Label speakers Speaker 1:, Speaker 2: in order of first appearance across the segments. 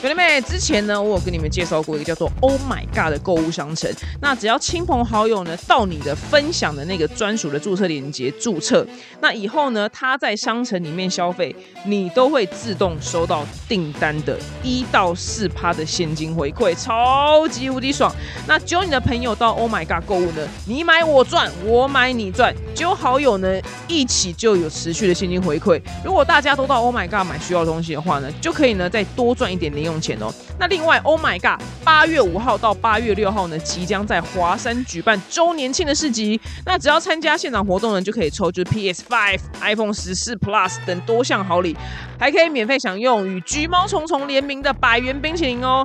Speaker 1: 兄弟妹，之前呢，我有跟你们介绍过一个叫做 “Oh My God” 的购物商城。那只要亲朋好友呢到你的分享的那个专属的注册链接注册，那以后呢，他在商城里面消费，你都会自动收到订单的一到四趴的现金回馈，超级无敌爽。那揪你的朋友到 Oh My God 购物呢，你买我赚，我买你赚。揪好友呢一起就有持续的现金回馈。如果大家都到 Oh My God 买需要的东西的话呢，就可以呢再多赚一点零用钱哦。那另外 Oh My God 八月五号到八月六号呢，即将在华山举办周年庆的市集。那只要参加现场活动呢，就可以抽就是 PS Five、iPhone 十四 Plus 等多项好礼，还可以免费享用与橘猫虫虫联名的百元冰淇淋哦。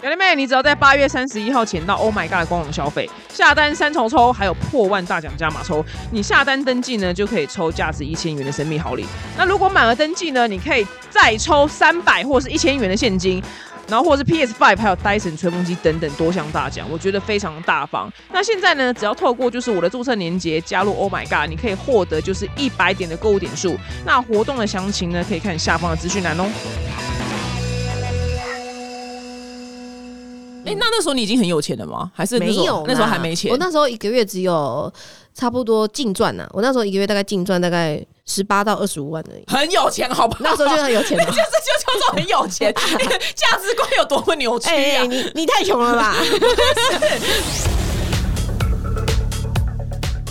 Speaker 1: 表弟妹，你只要在八月三十一号前到 Oh My God 的官网消费，下单三重抽，还有破万大奖加码抽，你下单登记呢就可以抽价值一千元的神秘好礼。那如果满额登记呢，你可以再抽三百或是一千元的现金。然后或者是 PS Five，还有 Dyson 吹风机等等多项大奖，我觉得非常大方。那现在呢，只要透过就是我的注册链接加入 Oh My God，你可以获得就是一百点的购物点数。那活动的详情呢，可以看下方的资讯栏哦。哎、那那时候你已经很有钱了吗？还是那
Speaker 2: 没
Speaker 1: 时候
Speaker 2: 有啦，
Speaker 1: 那时候还没钱。
Speaker 2: 我？那时候一个月只有差不多净赚呐，我那时候一个月大概净赚大概十八到二十五万而已
Speaker 1: 很有钱，好吧？
Speaker 2: 那时候就很有钱了
Speaker 1: 这 就是啊就叫做很有钱， 那个价值观有多么扭曲啊！
Speaker 2: 哎、你你太穷了 吧？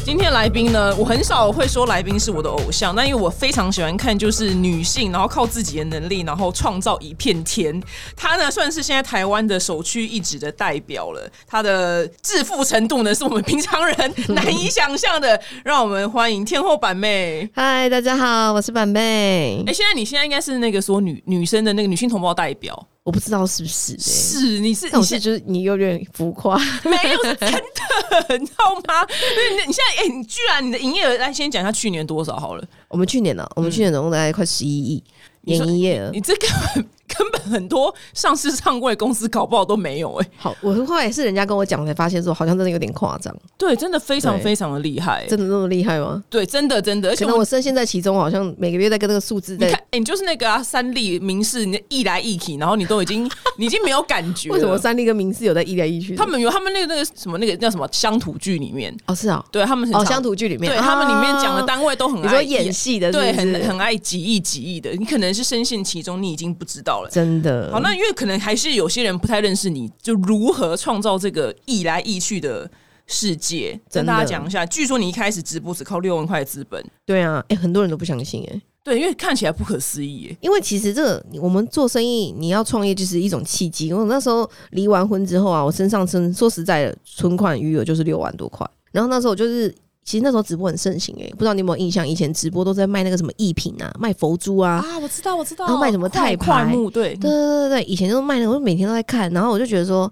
Speaker 1: 今天的来宾呢，我很少会说来宾是我的偶像，但因为我非常喜欢看就是女性，然后靠自己的能力，然后创造一片天。她呢算是现在台湾的首屈一指的代表了，她的致富程度呢是我们平常人难以想象的。让我们欢迎天后板 妹。
Speaker 2: 嗨，大家好，我是板妹
Speaker 1: 哎、。现在你现在应该是那个说女女生的那个女性同胞代表，
Speaker 2: 我不知道是不是、欸，
Speaker 1: 是你是
Speaker 2: 这种
Speaker 1: 你
Speaker 2: 事
Speaker 1: 是
Speaker 2: 就是你有点 浮夸。
Speaker 1: 没有是真的，你知道吗？那你现在哎、你居然你的营业额来先讲一下去年多少好了。
Speaker 2: 我们去年呢、哦我们去年总共大概快十一亿
Speaker 1: 嗯你
Speaker 2: 年
Speaker 1: 说
Speaker 2: 营业额
Speaker 1: 你。这根本根本很多上市上柜公司搞不好都没有哎、
Speaker 2: 好，我后来是人家跟我讲，我才发现说好像真的有点夸张，
Speaker 1: 对，真的非常
Speaker 2: 对
Speaker 1: 非常的厉害、
Speaker 2: 真的那么厉害吗？
Speaker 1: 对，真的真的，而且
Speaker 2: 可能
Speaker 1: 我
Speaker 2: 我深陷在其中，我好像每个月在跟那个数字
Speaker 1: 你
Speaker 2: 在
Speaker 1: 看，哎、你就是那个啊，三立名士，你一来一去，然后你都已 经你已经没有感觉了，
Speaker 2: 为什么三立跟名士有在一来一去的？
Speaker 1: 他们有他们那个那个什么那个叫什么乡土剧里面，
Speaker 2: 哦是啊、
Speaker 1: 对他们很
Speaker 2: 哦，
Speaker 1: 常
Speaker 2: 乡土剧里面，
Speaker 1: 对他们里面讲的
Speaker 2: 当
Speaker 1: 单位都很
Speaker 2: 你
Speaker 1: 爱
Speaker 2: 说演戏的是不
Speaker 1: 对，
Speaker 2: 是，
Speaker 1: 很很爱几亿几亿的，你可能是深陷其中，你已经不知道了。
Speaker 2: 真的。
Speaker 1: 好，那因为可能还是有些人不太认识你，就如何创造这个易来易去的世界，跟
Speaker 2: 真的
Speaker 1: 大家讲一下。据说你一开始直播只靠六万块的资本，
Speaker 2: 对啊，哎、很多人都不相信哎、
Speaker 1: 对，因为看起来不可思议耶。
Speaker 2: 因为其实这个我们做生意，你要创业就是一种契机。我那时候离完婚之后啊，我身上真说实在的，存款余额就是六万多块。然后那时候我就是，其实那时候直播很盛行哎、不知道你有没有印象？以前直播都在卖那个什么艺品啊，卖佛珠啊，
Speaker 1: 啊，我知道，我知道
Speaker 2: 然后卖什么泰
Speaker 1: 快
Speaker 2: 牌
Speaker 1: 木？对，
Speaker 2: 对对对对，以前就是卖那个，我每天都在看，然后我就觉得说，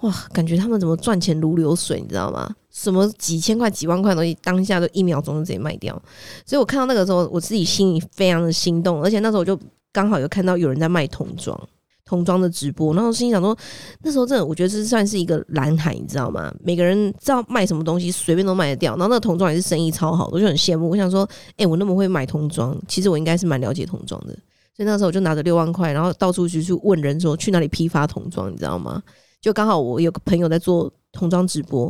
Speaker 2: 哇，感觉他们怎么赚钱如流水，你知道吗？什么几千块、几万块的东西，当下就一秒钟就直接卖掉。所以我看到那个时候，我自己心里非常的心动，而且那时候我就刚好有看到有人在卖童装。童装的直播，然后心里想说，那时候真的，我觉得这算是一个蓝海，你知道吗？每个人知道卖什么东西，随便都卖得掉。然后那个童装也是生意超好的，我就很羡慕。我想说，哎、我那么会买童装，其实我应该是蛮了解童装的。所以那时候我就拿着六万块，然后到处去去问人说去哪里批发童装，你知道吗？就刚好我有个朋友在做童装直播，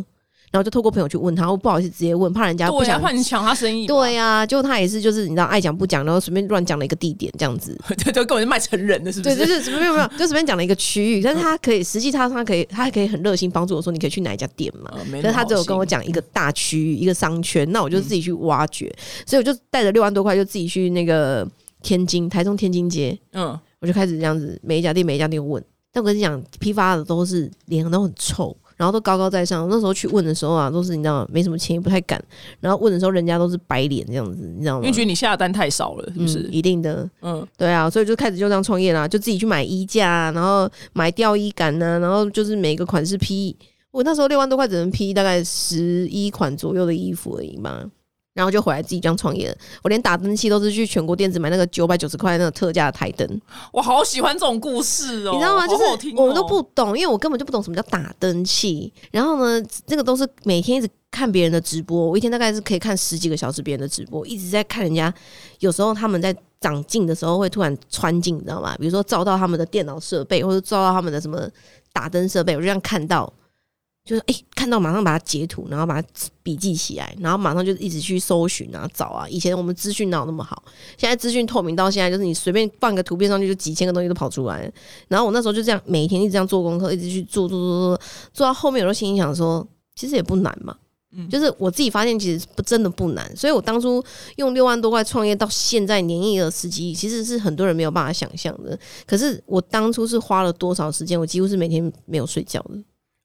Speaker 2: 然后就透过朋友去问他，我不好意思直接问，怕人家不
Speaker 1: 对呀，啊
Speaker 2: 想。
Speaker 1: 怕你抢他生意嘛。
Speaker 2: 对呀、就他也是，就是你知道爱讲不讲，然后随便乱讲了一个地点这样子。
Speaker 1: 对对，根本就卖成人的，是不嗯
Speaker 2: 对，
Speaker 1: 是？
Speaker 2: 就是没有没有，就随便讲了一个区域，但是他可以实际他他可以他还可以很热心帮助我说你可以去哪一家店嘛。
Speaker 1: 呃没那
Speaker 2: 可是
Speaker 1: 么
Speaker 2: 他只有跟我
Speaker 1: 好心嗯
Speaker 2: 讲一个大区域一个商圈，那我就自己去挖掘，所以我就带着六万多块就自己去那个天津台中天津街，
Speaker 1: 嗯，
Speaker 2: 我就开始这样子，每一家店每一家店问。但我跟你讲，批发的都是脸都很臭，然后都高高在上。那时候去问的时候啊，都是你知道吗？没什么钱，也不太敢。然后问的时候，人家都是白脸这样子，你知道
Speaker 1: 因
Speaker 2: 吗？
Speaker 1: 为觉得你下的单太少了，是不是
Speaker 2: 嗯？一定的，
Speaker 1: 嗯，
Speaker 2: 对啊，所以就开始就这样创业啦，就自己去买衣架、啊，然后买吊衣杆呐、啊，然后就是每个款式批。我那时候六万多块只能批大概十一款左右的衣服而已嘛，然后就回来自己这样创业了。我连打灯器都是去全国电子买那个九百九十块那个特价的台灯，
Speaker 1: 我好喜欢这种故事哦，
Speaker 2: 你知道吗？就
Speaker 1: 好好
Speaker 2: 是
Speaker 1: 听哦
Speaker 2: 我们都不懂，因为我根本就不懂什么叫打灯器。然后呢，这个都是每天一直看别人的直播，我一天大概是可以看十几个小时别人的直播，一直在看人家。有时候他们在长进的时候会突然穿进，你知道吗？比如说照到他们的电脑设备，或者照到他们的什么打灯设备，我就这样看到，就是哎、诶看到马上把它截图，然后把它笔记起来，然后马上就一直去搜寻啊找啊。以前我们资讯哪有那么好，现在资讯透明到现在，就是你随便放个图片上去，就几千个东西都跑出来了。然后我那时候就这样每一天一直这样做功课，一直去做做做做做，做到后面我就心里想说，其实也不难嘛。
Speaker 1: 嗯
Speaker 2: 就是我自己发现，其实不真的不难，所以我当初用六万多块创业到现在年营业额十几亿，其实是很多人没有办法想象的。可是我当初是花了多少时间？我几乎是每天没有睡觉的，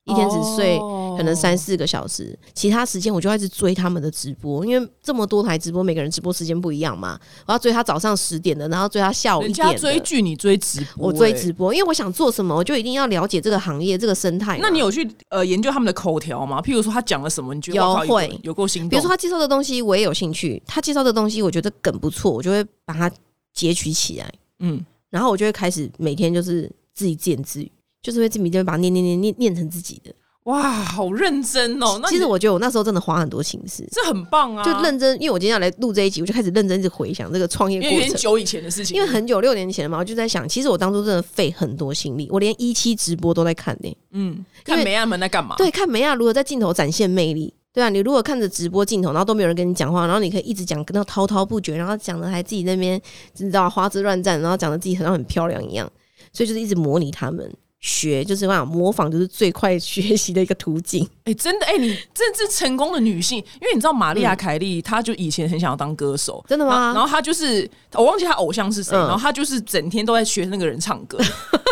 Speaker 2: 一天只睡可能
Speaker 1: 哦
Speaker 2: 三四个小时，其他时间我就要一直追他们的直播，因为这么多台直播，每个人直播时间不一样嘛。我要追他早上十点的，然后追他下午一
Speaker 1: 人
Speaker 2: 点
Speaker 1: 家
Speaker 2: 的，
Speaker 1: 追剧，你追直播，
Speaker 2: 我追
Speaker 1: 欸
Speaker 2: 直播，因为我想做什么，我就一定要了解这个行业这个生态嘛。
Speaker 1: 那你有去呃研究他们的口条吗？譬如说他讲了什么，你觉得
Speaker 2: 有
Speaker 1: 哇靠有
Speaker 2: 会
Speaker 1: 有够心动？
Speaker 2: 比如说他介绍的东西我也有兴趣，他介绍的东西我觉得梗不错，我就会把它截取起来，
Speaker 1: 嗯，
Speaker 2: 然后我就会开始每天就是自己自言自语，就是会自己每天把它念念念念念成自己的。
Speaker 1: 哇，好认真哦。那
Speaker 2: 其实
Speaker 1: 你
Speaker 2: 我觉得我那时候真的花很多心思，
Speaker 1: 这很棒啊，
Speaker 2: 就认真，因为我今天要来录这一集，我就开始认真一直回想这个创业
Speaker 1: 因
Speaker 2: 过
Speaker 1: 为有点
Speaker 2: 程。
Speaker 1: 久以前的事情，
Speaker 2: 因为很久六年前了嘛，我就在想，其实我当初真的费很多心力，我连一期直播都在看呢、
Speaker 1: 嗯，看梅亚们在干嘛？
Speaker 2: 对，看梅亚如何在镜头展现魅力。对啊，你如果看着直播镜头，然后都没有人跟你讲话，然后你可以一直讲，跟他滔滔不绝，然后讲的还自己那边你知道花枝乱颤，然后讲的自己好像很漂亮一样，所以就是一直模拟他
Speaker 1: 啊
Speaker 2: 们学，就是我想模仿就是最快学习的一个途径。
Speaker 1: 哎、真的，哎、你真是成功的女性，因为你知道玛丽
Speaker 2: 嗯
Speaker 1: 亚·凯莉，她就以前很想要当歌手，
Speaker 2: 真的吗
Speaker 1: 然后然后她就是，我忘记她偶像是谁，
Speaker 2: 啊嗯
Speaker 1: 然后她就是整天都在学那个人 唱歌，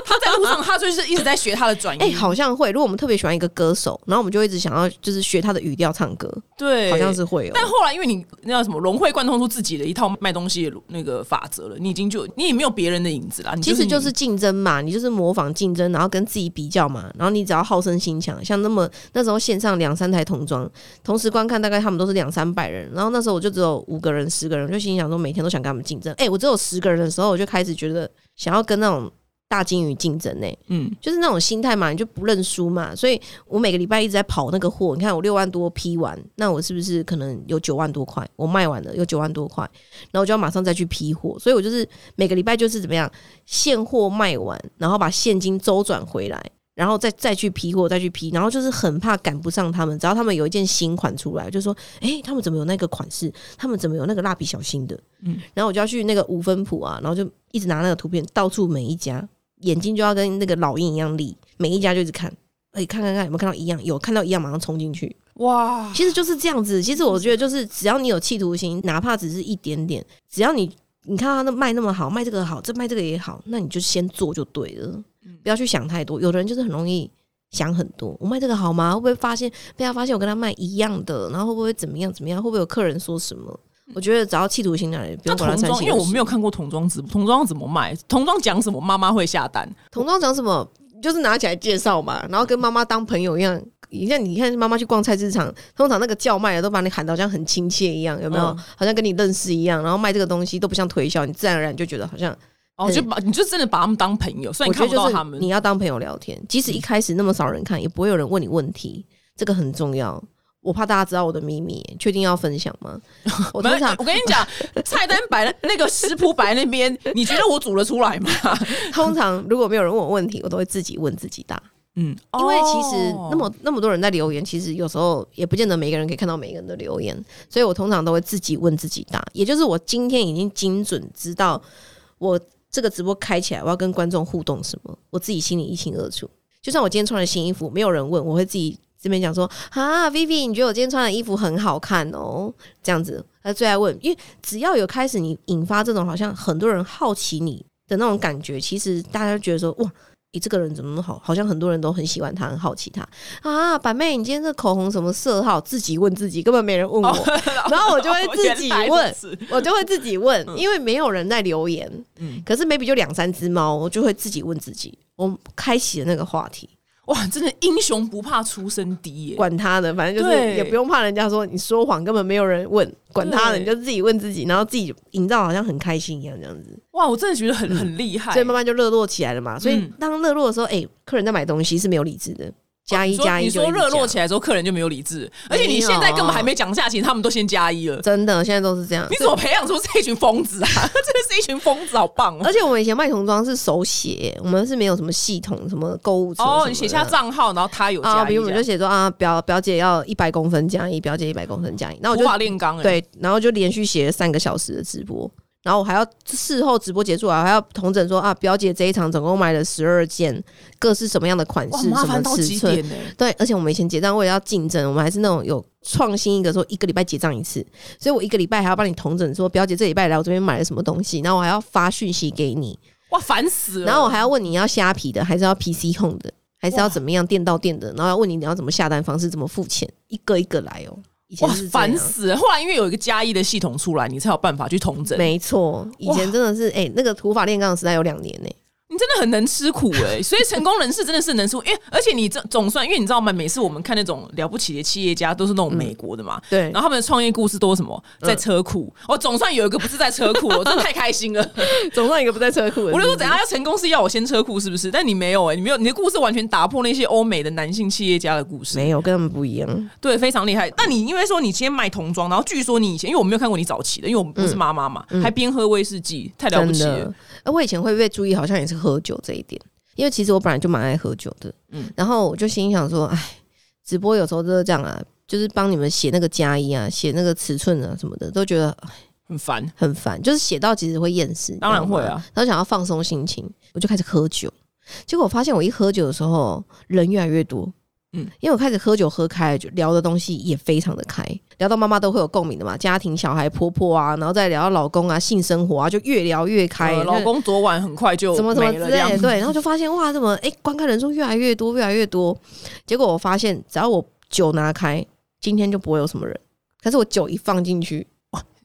Speaker 1: 她在路上，她就是一直在学她的转音，
Speaker 2: 哎、好像会。如果我们特别喜欢一个歌手，然后我们就会一直想要就是学他的语调唱歌，
Speaker 1: 对，
Speaker 2: 好像。是会哦、
Speaker 1: 但后来，因为你那叫什么融会贯通出自己的一套卖东西的那个法则了，你已经就你也没有别人的影子啦，你
Speaker 2: 其实
Speaker 1: 你
Speaker 2: 就是竞争嘛，你就是模仿竞争，然后跟自己比较嘛，然后你只要好胜心强，像那么那时候线上两三台童装，同时观看大概他们都是两三百人，然后那时候我就只有五个人、十个人，我就心想说每天都想跟他们竞争。哎、我只有十个人的时候，我就开始觉得想要跟那种大金鱼竞争呢、
Speaker 1: 嗯，
Speaker 2: 就是那种心态嘛，你就不认输嘛。所以我每个礼拜一直在跑那个货，你看我六万多批完，那我是不是可能有九万多块？我卖完了有九万多块，然后我就要马上再去批货，所以我就是每个礼拜就是怎么样，现货卖完，然后把现金周转回来。然后再再去批货，再去批，然后就是很怕赶不上他们。只要他们有一件新款出来，我就说：“哎，他们怎么有那个款式？他们怎么有那个蜡笔小新的？”
Speaker 1: 嗯
Speaker 2: 嗯，然后我就要去那个五分铺啊，然后就一直拿那个图片到处每一家，眼睛就要跟那个老鹰一样立，每一家就一直看，哎，看看看有没有看到一样，有看到一样马上冲进去。
Speaker 1: 哇，
Speaker 2: 其实就是这样子。其实我觉得就是只要你有企图心，哪怕只是一点点，只要你你看到他那卖那么好，卖这个好，这卖这个也好，那你就先做就对了，
Speaker 1: 嗯
Speaker 2: 不要去想太多。有的人就是很容易。想很多，我卖这个好吗？会不会发现被他发现我跟他卖一样的？然后会不会怎么样怎么样？会不会有客人说什么？我觉得只要企图心的人，
Speaker 1: 嗯
Speaker 2: 不
Speaker 1: 那
Speaker 2: 用管他
Speaker 1: 童
Speaker 2: 三
Speaker 1: 装，
Speaker 2: 七
Speaker 1: 因为
Speaker 2: 二
Speaker 1: 我
Speaker 2: 十
Speaker 1: 没有看过童装直播，童装怎么卖？童装讲什么，妈妈会下单。
Speaker 2: 童装讲什么？就是拿起来介绍嘛，然后跟妈妈当朋友一样。你看，你看妈妈去逛菜市场，通常那个叫卖的都把你喊到像很亲切一样，有没有？
Speaker 1: 嗯
Speaker 2: 好像跟你认识一样，然后卖这个东西都不像推销，你自然而然就觉得好像，
Speaker 1: 哦，
Speaker 2: 对
Speaker 1: 就把你就真的把他们当朋友，虽然你
Speaker 2: 我觉
Speaker 1: 看
Speaker 2: 得
Speaker 1: 不到他
Speaker 2: 就是
Speaker 1: 们。
Speaker 2: 你要当朋友聊天，即使一开始那么少人看，也不会有人问你问题，这个很重要。我怕大家知道我的秘密，确定要分享吗？我
Speaker 1: 没有
Speaker 2: 通常
Speaker 1: 我跟你讲，菜单摆在那个食谱摆在那边，你觉得我煮得出来吗？
Speaker 2: 通常如果没有人问我问题，我都会自己问自己答。
Speaker 1: 嗯，
Speaker 2: 因为其实
Speaker 1: 哦
Speaker 2: 那么那么多人在留言，其实有时候也不见得每个人可以看到每个人的留言，所以我通常都会自己问自己答，也就是我今天已经精准知道我这个直播开起来，我要跟观众互动什么，我自己心里一清二楚。就算我今天穿了新衣服，没有人问，我会自己这边讲说啊，Vivi，你觉得我今天穿的衣服很好看哦，这样子。他最爱问，因为只要有开始你引发这种好像很多人好奇你的那种感觉，其实大家就觉得说哇。诶，这个人怎么那么好？好像很多人都很喜欢他，很好奇他啊。板妹，你今天这口红什么色号？自己问自己，根本没人问 我。然后我就会自己
Speaker 1: 哦 原来如此
Speaker 2: 我就会自己问，因为没有人在留言。
Speaker 1: 嗯
Speaker 2: 可是 maybe 就两三只猫，我就会自己问自己，我开启了那个话题，
Speaker 1: 哇，真的英雄不怕出身低耶、
Speaker 2: 管他的，反正就是
Speaker 1: 对
Speaker 2: 也不用怕人家说你说谎，根本没有人问，管他的，
Speaker 1: 对
Speaker 2: 你就自己问自己，然后自己营造好像很开心一样这样子，
Speaker 1: 哇，我真的觉得很、很厉害
Speaker 2: 所以。慢慢就热络起来了嘛。所以
Speaker 1: 嗯
Speaker 2: 当热络的时候，哎、客人在买东西是没有理智的。加一
Speaker 1: 哦你说
Speaker 2: 加一
Speaker 1: 你
Speaker 2: 就一
Speaker 1: 说
Speaker 2: 直
Speaker 1: 热络
Speaker 2: 加
Speaker 1: 起来之后，客人就没有理智，而且你
Speaker 2: 没有
Speaker 1: 现在根本还没讲价钱，他们都先加一了。
Speaker 2: 真的现在都是这样
Speaker 1: 你。怎么培养出这一群疯子啊？ 真的是一群疯子，好 棒哦！
Speaker 2: 而且我们以前卖童装是手写，我们是没有什么系统，什么购物车什么
Speaker 1: 哦，
Speaker 2: 的
Speaker 1: 你写下账号，然后他有
Speaker 2: 啊，
Speaker 1: 加
Speaker 2: 比
Speaker 1: 一
Speaker 2: 如我们就
Speaker 1: 这样，
Speaker 2: 写说啊，表表姐要一百公分加一，表姐一百公分加一，那我
Speaker 1: 无
Speaker 2: 就
Speaker 1: 法炼钢哎。
Speaker 2: 对，然后就连续写了三个小时的直播，然后我还要事后直播结束啊，还要同整说啊，表姐这一场总共买了十二件，各是什么样的款
Speaker 1: 哇，
Speaker 2: 式，
Speaker 1: 麻
Speaker 2: 什
Speaker 1: 烦
Speaker 2: 么
Speaker 1: 到
Speaker 2: 尺
Speaker 1: 极
Speaker 2: 寸。
Speaker 1: 点呢、欸
Speaker 2: 对，而且我们以前结账为了要竞争，我们还是那种有创新一个说一个礼拜结账一次，所以我一个礼拜还要帮你同整说表姐这礼拜来我这边买了什么东西，然后我还要发讯息给你，
Speaker 1: 哇，烦死了。
Speaker 2: 然后我还要问你要虾皮的还是要 PC 控的，还是要
Speaker 1: 哇
Speaker 2: 怎么样店到店的，然后要问你你要怎么下单方式，怎么付钱，一个一个来哦、以前
Speaker 1: 哇
Speaker 2: 是，这样
Speaker 1: 烦死了！后来因为有一个加一的系统出来，你才有办法去重整。
Speaker 2: 没错，以前真的是哎、那个土法炼钢的时代有两年呢、
Speaker 1: 你真的很能吃苦哎、 所以成功人士真的是能吃苦。因为而且你这总算，因为你知道吗？每次我们看那种了不起的企业家，都是那种
Speaker 2: 嗯
Speaker 1: 美国的嘛。
Speaker 2: 对
Speaker 1: 然后他们的创业故事都是什么？在
Speaker 2: 嗯
Speaker 1: 车库，哦、总算有一个不是在车库，我真的太开心了。
Speaker 2: 总算一个不在车 库
Speaker 1: 无
Speaker 2: 我
Speaker 1: 论
Speaker 2: 就
Speaker 1: 说
Speaker 2: 说
Speaker 1: 怎
Speaker 2: 怎
Speaker 1: 样
Speaker 2: 样，
Speaker 1: 要成功是要我先车库，是不是？但你没有哎、你没有，你的故事完全打破那些欧美的男性企业家的故事，
Speaker 2: 没有跟他们不一样。
Speaker 1: 对，非常厉害。那你因为说你今天卖童装，然后据说你以前，因为我没有看过你早期的，因为我们不是妈妈嘛，还边喝威士忌，太了不
Speaker 2: 嗯真
Speaker 1: 起
Speaker 2: 的
Speaker 1: 了。，
Speaker 2: 哎，我以前会被注意，好像也是喝酒这一点，因为其实我本来就蛮爱喝酒的，嗯，然后我就心想说，哎，直播有时候就是这样啊，就是帮你们写那个加一啊，写那个尺寸啊什么的，都觉得
Speaker 1: 很烦。
Speaker 2: 很烦，就是写到其实会厌世，
Speaker 1: 当然会啊
Speaker 2: 你知道吗然后想要放松心情，我就开始喝酒。结果我发现我一喝酒的时候，人越来越多。嗯
Speaker 1: 嗯，
Speaker 2: 因为我开始喝酒喝开了，就聊的东西也非常的开，聊到妈妈都会有共鸣的嘛，家庭、小孩、婆婆啊，然后再聊到老公啊、性生活啊，就越聊越开。
Speaker 1: 呃
Speaker 2: 就
Speaker 1: 老公昨晚很快就
Speaker 2: 怎么怎么
Speaker 1: 没
Speaker 2: 之
Speaker 1: 了
Speaker 2: 类
Speaker 1: 这
Speaker 2: 的，
Speaker 1: 样
Speaker 2: 对，然后就发现哇，怎么哎、观看人数越来越多，越来越多。结果我发现，只要我酒拿开，今天就不会有什么人。可是我酒一放进去，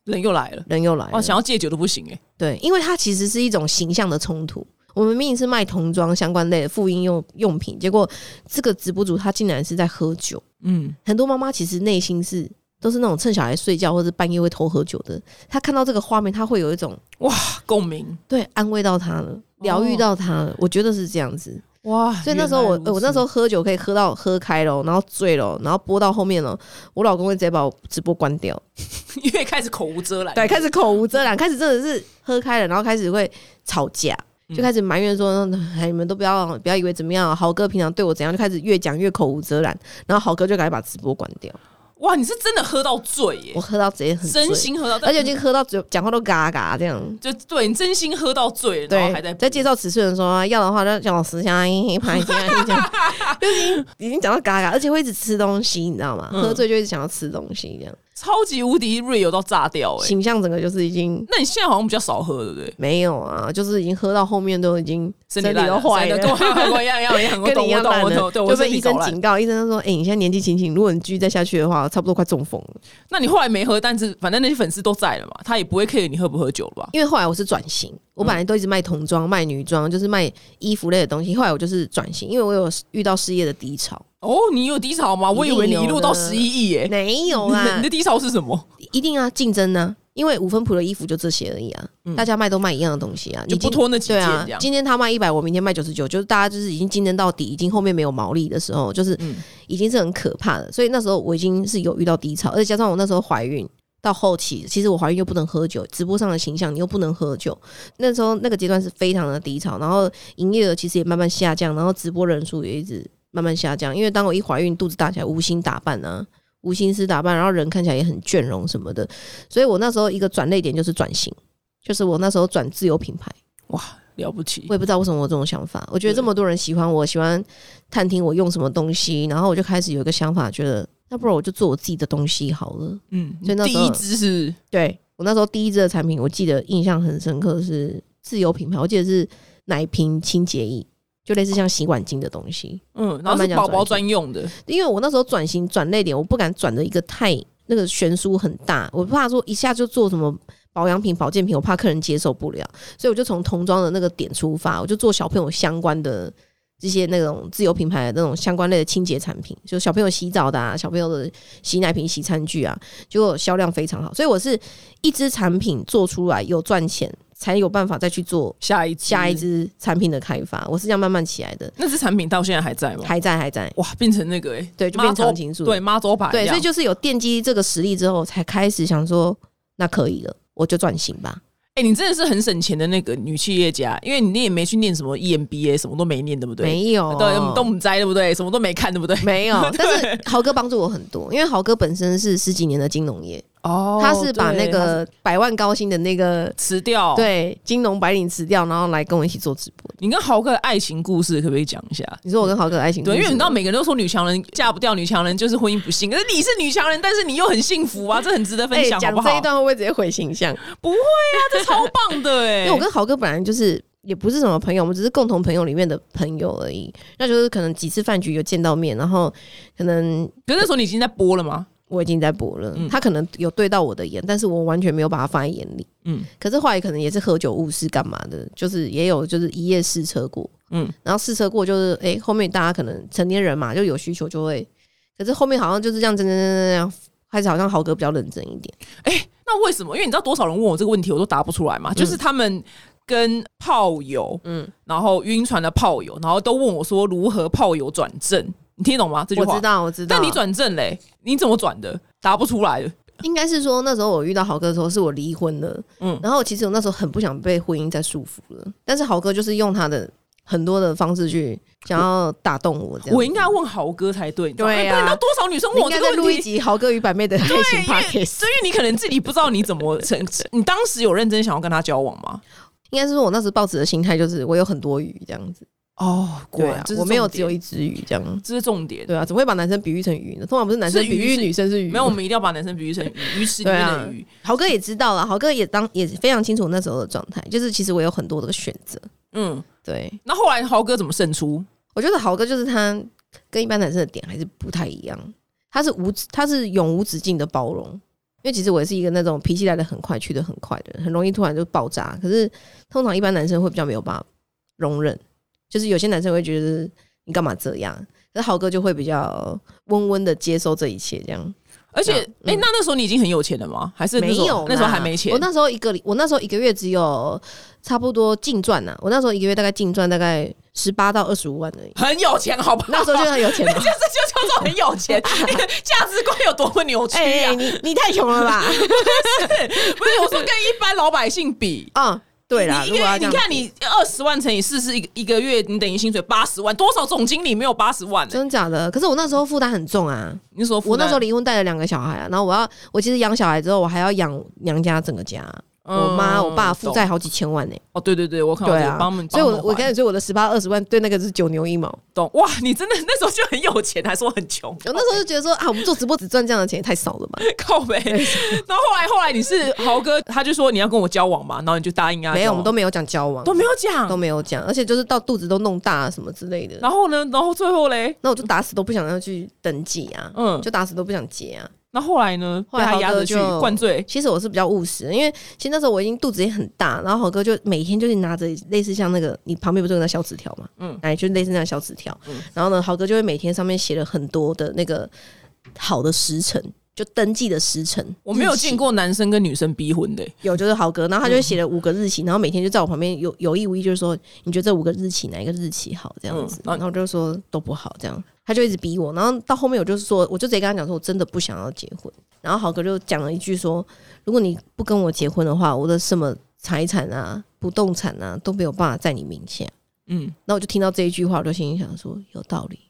Speaker 1: 人又来了。
Speaker 2: 人又来了。
Speaker 1: 哦，想要戒酒都不行哎、
Speaker 2: 对，因为它其实是一种形象的冲突。我们明明是卖童装相关类的妇婴用用品，结果这个直播主他竟然是在喝酒。
Speaker 1: 嗯，
Speaker 2: 很多妈妈其实内心是都是那种趁小孩睡觉或者半夜会偷喝酒的。她看到这个画面，她会有一种
Speaker 1: 共鸣
Speaker 2: 对安慰到她了，疗愈到她了。我觉得是这样子。
Speaker 1: 哇！
Speaker 2: 所以那时候我
Speaker 1: 哦啊原来如此
Speaker 2: 呃我那时候喝酒可以喝到喝开了，然后醉了，然后播到后面了，我老公会直接把我直播关掉。
Speaker 1: 因为开始口无遮拦，
Speaker 2: 对，开始口无遮拦，开始真的是喝开了，然后开始会吵架，就
Speaker 1: 嗯
Speaker 2: 开始埋怨说：“哎，你们都不要不要以为怎么样，啊豪哥平常对我怎样。”就开始越讲越口无遮拦，然后豪哥就赶紧把直播关掉。
Speaker 1: 哇！你是真的喝到醉耶、
Speaker 2: 我喝到直接很醉
Speaker 1: 真，心喝到，
Speaker 2: 而且已经喝到嘴讲话都嘎嘎这样。
Speaker 1: 就对你真心喝到醉，然后还在
Speaker 2: 对，在介绍尺寸的时候啊，要的话就叫我十箱一排一箱 一箱，就是已经讲到嘎嘎，而且会一直吃东西，你知道吗？
Speaker 1: 嗯
Speaker 2: 喝醉就一直想要吃东西，这样
Speaker 1: 超级无敌 real 到炸掉哎、
Speaker 2: 形象整个就是已经
Speaker 1: 那你现在好像比较少喝，对不对？
Speaker 2: 没有啊，就是已经喝到后面都已经身体
Speaker 1: 烂
Speaker 2: 都坏了，
Speaker 1: 真的跟我跟我一样一样一样，我
Speaker 2: 跟
Speaker 1: 懂
Speaker 2: 你一
Speaker 1: 我
Speaker 2: 样
Speaker 1: 懂
Speaker 2: 烂
Speaker 1: 我
Speaker 2: 的，
Speaker 1: 懂，对我
Speaker 2: 就被
Speaker 1: 身
Speaker 2: 医
Speaker 1: 体搞
Speaker 2: 生
Speaker 1: 烂
Speaker 2: 警。告，医生就说：“哎、你现在年纪轻轻，如果你继续再下去的话，差不多快中风了。
Speaker 1: 那你后来没喝，但是反正那些粉丝都在了嘛，他也不会 care 你喝不喝酒了吧”？
Speaker 2: 因为后来我是转型，
Speaker 1: 嗯
Speaker 2: 我本来都一直卖童装、卖女装，就是卖衣服类的东西。后来我就是转型，因为我有遇到事业的低潮，
Speaker 1: 哦，你有低潮吗？我以为你一路到十一亿耶，
Speaker 2: 没有啊
Speaker 1: 你的
Speaker 2: 啦
Speaker 1: 你的，低潮是什么？
Speaker 2: 一定啊，竞争啊。因为五分谱的衣服就这些而已啊，大家卖都卖一样的东西啊，
Speaker 1: 嗯就
Speaker 2: 你
Speaker 1: 不
Speaker 2: 今
Speaker 1: 拖那几
Speaker 2: 对
Speaker 1: 件
Speaker 2: 啊
Speaker 1: 这，样。
Speaker 2: 今天他卖一百，我明天卖九十九，就是大家就是已经竞争到底，已经后面没有毛利的时候，就是
Speaker 1: 嗯
Speaker 2: 已经是很可怕的。所以那时候我已经是有遇到低潮，而且加上我那时候怀孕。到后期，其实我怀孕又不能喝酒，直播上的形象你又不能喝酒，那时候那个阶段是非常的低潮，然后营业额其实也慢慢下降，然后直播人数也一直慢慢下降，因为当我一怀孕，肚子大起来，无心打扮啊，无心思打扮，然后人看起来也很倦容什么的，所以我那时候一个转类点就是转型，就是我那时候转自由品牌。
Speaker 1: 了不起
Speaker 2: 我，也不知道为什么我有这种想法。我觉得这么多人喜欢我，喜欢探听我用什么东西，然后我就开始有一个想法，觉得那不如我就做我自己的东西好了。
Speaker 1: 嗯，
Speaker 2: 所以那
Speaker 1: 第
Speaker 2: 时候
Speaker 1: 一支是
Speaker 2: 对我那时候第一支的产品，我记得印象很深刻是自有品牌，我记得是奶瓶清洁液，就类似像洗碗巾的东西。
Speaker 1: 嗯，然
Speaker 2: 慢
Speaker 1: 后
Speaker 2: 慢
Speaker 1: 是
Speaker 2: 讲
Speaker 1: 宝宝
Speaker 2: 转
Speaker 1: 专用的，
Speaker 2: 因为我那时候转型转类点，我不敢转的一个太那个悬殊很大，我怕说一下就做什么保养品、保健品，我怕客人接受不了，所以我就从童装的那个点出发，我就做小朋友相关的这些那种自有品牌的那种相关类的清洁产品，就小朋友洗澡的啊，小朋友的洗奶瓶、洗餐具啊，结果销量非常好，所以我是一支产品做出来有赚钱。才有办法再去做
Speaker 1: 下一
Speaker 2: 下一，支产品的开发。我是这样慢慢起来的，
Speaker 1: 那支产品到现在还在吗？
Speaker 2: 还在还在，
Speaker 1: 哇，变成那个哎，
Speaker 2: 对就
Speaker 1: 妈
Speaker 2: 变
Speaker 1: 祖
Speaker 2: 常青树
Speaker 1: 对妈祖牌一样，
Speaker 2: 对，所以就是有奠基这个实力之后，才开始想说那可以了，我就转型吧。
Speaker 1: 哎，你真的是很省钱的那个女企业家，因为你也没去念什么 E EMBA，什么都没念，对不对？
Speaker 2: 没有，
Speaker 1: 对，都不栽，对不对？什么都没看，对不 对？
Speaker 2: 没有，但是豪哥帮助我很多，因为豪哥本身是十几年的金融业，
Speaker 1: 哦
Speaker 2: 他是把那
Speaker 1: 对他是哦
Speaker 2: 个百万高薪的那个
Speaker 1: 辞掉。，
Speaker 2: 对金融白领辞掉，然后来跟我一起做直播。
Speaker 1: 你跟豪哥的爱情故事可不可以讲一下？
Speaker 2: 你说我跟豪哥的爱情故
Speaker 1: 对，
Speaker 2: 事
Speaker 1: 因为你知道
Speaker 2: 吗
Speaker 1: 每个人都说女强人嫁不掉，女强人就是婚姻不幸。可是你是女强人，但是你又很幸福啊，这很值得分
Speaker 2: 哎
Speaker 1: 享，好
Speaker 2: 讲
Speaker 1: 不
Speaker 2: 这
Speaker 1: 好
Speaker 2: 一？段会不会直接毁形象？
Speaker 1: 不会啊， 这超棒的哎、
Speaker 2: 因为 我跟豪哥本来就是也不是什么朋友，我们只是共同朋友里面的朋友而已。那就是可能几次饭局有见到面，然后可能
Speaker 1: 可是那时候你已经在播了吗？
Speaker 2: 我已经在播了，
Speaker 1: 嗯
Speaker 2: 他可能有对到我的眼，但是我完全没有把他放在眼里。
Speaker 1: 嗯
Speaker 2: 可是后来可能也是喝酒误事干嘛的，就是也有就是一夜试车过，
Speaker 1: 嗯，
Speaker 2: 然后试车过就是哎、诶后面大家可能成年人嘛，就有需求就会，可是后面好像就是这样，真真真这样。开始好像豪哥比较认真一点，
Speaker 1: 哎那为什么？因为你知道多少人问我这个问题，我都答不出来嘛。就是他们跟炮友，
Speaker 2: 嗯
Speaker 1: 嗯，然后晕船的炮友，然后都问我说如何炮友转正，你听得懂吗？这句
Speaker 2: 我
Speaker 1: 话
Speaker 2: 知。道我知道。
Speaker 1: 但你转正嘞，你怎么转的？答不出来的。
Speaker 2: 应该是说那时候我遇到豪哥的时候是我离婚了，嗯
Speaker 1: 嗯，
Speaker 2: 然后其实我那时候很不想被婚姻再束缚了，但是豪哥就是用他的很多的方式去想要打动我，这样
Speaker 1: 我应该问豪哥才对，你知道吗哎
Speaker 2: 对啊
Speaker 1: 不然你知道多少女生
Speaker 2: 你
Speaker 1: 问
Speaker 2: 应
Speaker 1: 我这个
Speaker 2: 该再录
Speaker 1: 问
Speaker 2: 一
Speaker 1: 题。
Speaker 2: 集豪哥与百妹的爱 情
Speaker 1: 对，因为
Speaker 2: podcast。
Speaker 1: 所以你可能自己不知道你怎么 成，你当时有认真想要跟他交往吗？
Speaker 2: 应该是说我那时抱持的心态就是我有很多鱼这样子，
Speaker 1: 哦，
Speaker 2: 对啊，我没有只有
Speaker 1: 一，
Speaker 2: 一只鱼这样。
Speaker 1: 这是重点。
Speaker 2: 对啊，怎么会把男生比喻成鱼呢？通常不是男生
Speaker 1: 是鱼
Speaker 2: 比喻
Speaker 1: 是
Speaker 2: 女生是鱼，
Speaker 1: 没有，我们一定要把男生比喻成鱼，鱼池里
Speaker 2: 对
Speaker 1: 面
Speaker 2: 啊
Speaker 1: 的鱼。
Speaker 2: 豪哥也知道了，豪哥也当也非常清楚我那时候的状态，就是其实我有很多的选择。
Speaker 1: 嗯，
Speaker 2: 对，
Speaker 1: 那后来豪哥怎么胜出？
Speaker 2: 我觉得豪哥就是他跟一般男生的点还是不太一样，他是无他是永无止境的包容。因为其实我也是一个那种脾气来的很快去的很快的人，很容易突然就爆炸。可是通常一般男生会比较没有办法容忍，就是有些男生会觉得你干嘛这样，可是豪哥就会比较温温的接受这一切，这样
Speaker 1: 而且，
Speaker 2: 嗯
Speaker 1: 哎、那那时候你已经很有钱了吗？还是那
Speaker 2: 没
Speaker 1: 时候
Speaker 2: 有啦
Speaker 1: 那时候还没钱
Speaker 2: 我？那时候一个我那时候一个月只有差不多净赚啊呐，我那时候一个月大概净赚大概十八到二十五万而已。
Speaker 1: 很有钱，好不好？
Speaker 2: 那时候 就很有钱了
Speaker 1: 这，就叫做很有钱，你的 价值观有多么扭曲
Speaker 2: 哎、
Speaker 1: 啊！
Speaker 2: 哎你 你太穷 了吧？
Speaker 1: 不是，我说跟一般老百姓比，
Speaker 2: 啊、对啦，
Speaker 1: 你
Speaker 2: 如
Speaker 1: 一
Speaker 2: 果要
Speaker 1: 个
Speaker 2: 这
Speaker 1: 你
Speaker 2: 样
Speaker 1: 看你二十万乘以四是一个一个月，你等于薪水八十万，多少总经理没有八十万呢、
Speaker 2: 嗯真假的？可是我那时候负担很重啊，
Speaker 1: 你说
Speaker 2: 我那时候
Speaker 1: 离
Speaker 2: 离婚带了两个小孩啊，然后我要我其实养小孩之后，我还要养娘家整个家，
Speaker 1: 嗯
Speaker 2: 我妈我爸负债好几千万呢、
Speaker 1: 哦，对对对，我看到
Speaker 2: 对
Speaker 1: 这个
Speaker 2: 啊
Speaker 1: 帮我们，
Speaker 2: 所以
Speaker 1: 帮
Speaker 2: 我
Speaker 1: 们
Speaker 2: 我
Speaker 1: 还
Speaker 2: 跟你说我的十八二十万对那个是九牛一毛，我
Speaker 1: 懂哇，你真的那时候就很有钱，还说很 穷，
Speaker 2: 那时候就觉得说啊，我们做直播只赚这样的钱也太少了吧？
Speaker 1: 靠呗。 然后后来后来你是豪哥，他就说你要跟我交往嘛，然后你就答应啊，
Speaker 2: 没有，
Speaker 1: 交往
Speaker 2: 我们都没有讲交往，
Speaker 1: 都没有
Speaker 2: 都
Speaker 1: 讲。
Speaker 2: 没有讲，而且就是到肚子都弄大、什么之类的。
Speaker 1: 然后呢，然后最后嘞，
Speaker 2: 那我就打死都不想要去登记啊，
Speaker 1: 嗯
Speaker 2: 就打死都不想结啊。
Speaker 1: 那后来呢，
Speaker 2: 后来
Speaker 1: 被他
Speaker 2: 豪
Speaker 1: 压
Speaker 2: 哥
Speaker 1: 着去
Speaker 2: 就
Speaker 1: 灌醉，
Speaker 2: 其实我是比较务实的，因为其实那时候我已经肚子也很大，然后好哥就每天就是拿着类似像那个你旁边不是有那小纸条嘛，嗯
Speaker 1: 嗯，
Speaker 2: 哎，就类似那样小纸条，
Speaker 1: 嗯
Speaker 2: 然后呢，豪哥就会每天上面写了很多的那个好的时辰，就登记的时辰，
Speaker 1: 我没有
Speaker 2: 日期
Speaker 1: 见，过男生跟女生逼婚的、
Speaker 2: 有就是豪哥，然后他就会写了五个日期，然后每天就在我旁边有有意无意就是说，你觉得这五个日期哪一个日期好这样子，
Speaker 1: 嗯然后
Speaker 2: 然后我就说都不好这样，他就一直逼我，然后到后面我就是说，我就直接跟他讲说，我真的不想要结婚。然后豪哥就讲了一句说，如果你不跟我结婚的话，我的什么财产啊、不动产啊都没有办法在你名下。
Speaker 1: 嗯，
Speaker 2: 那我就听到这一句话，我就心里想说有道理，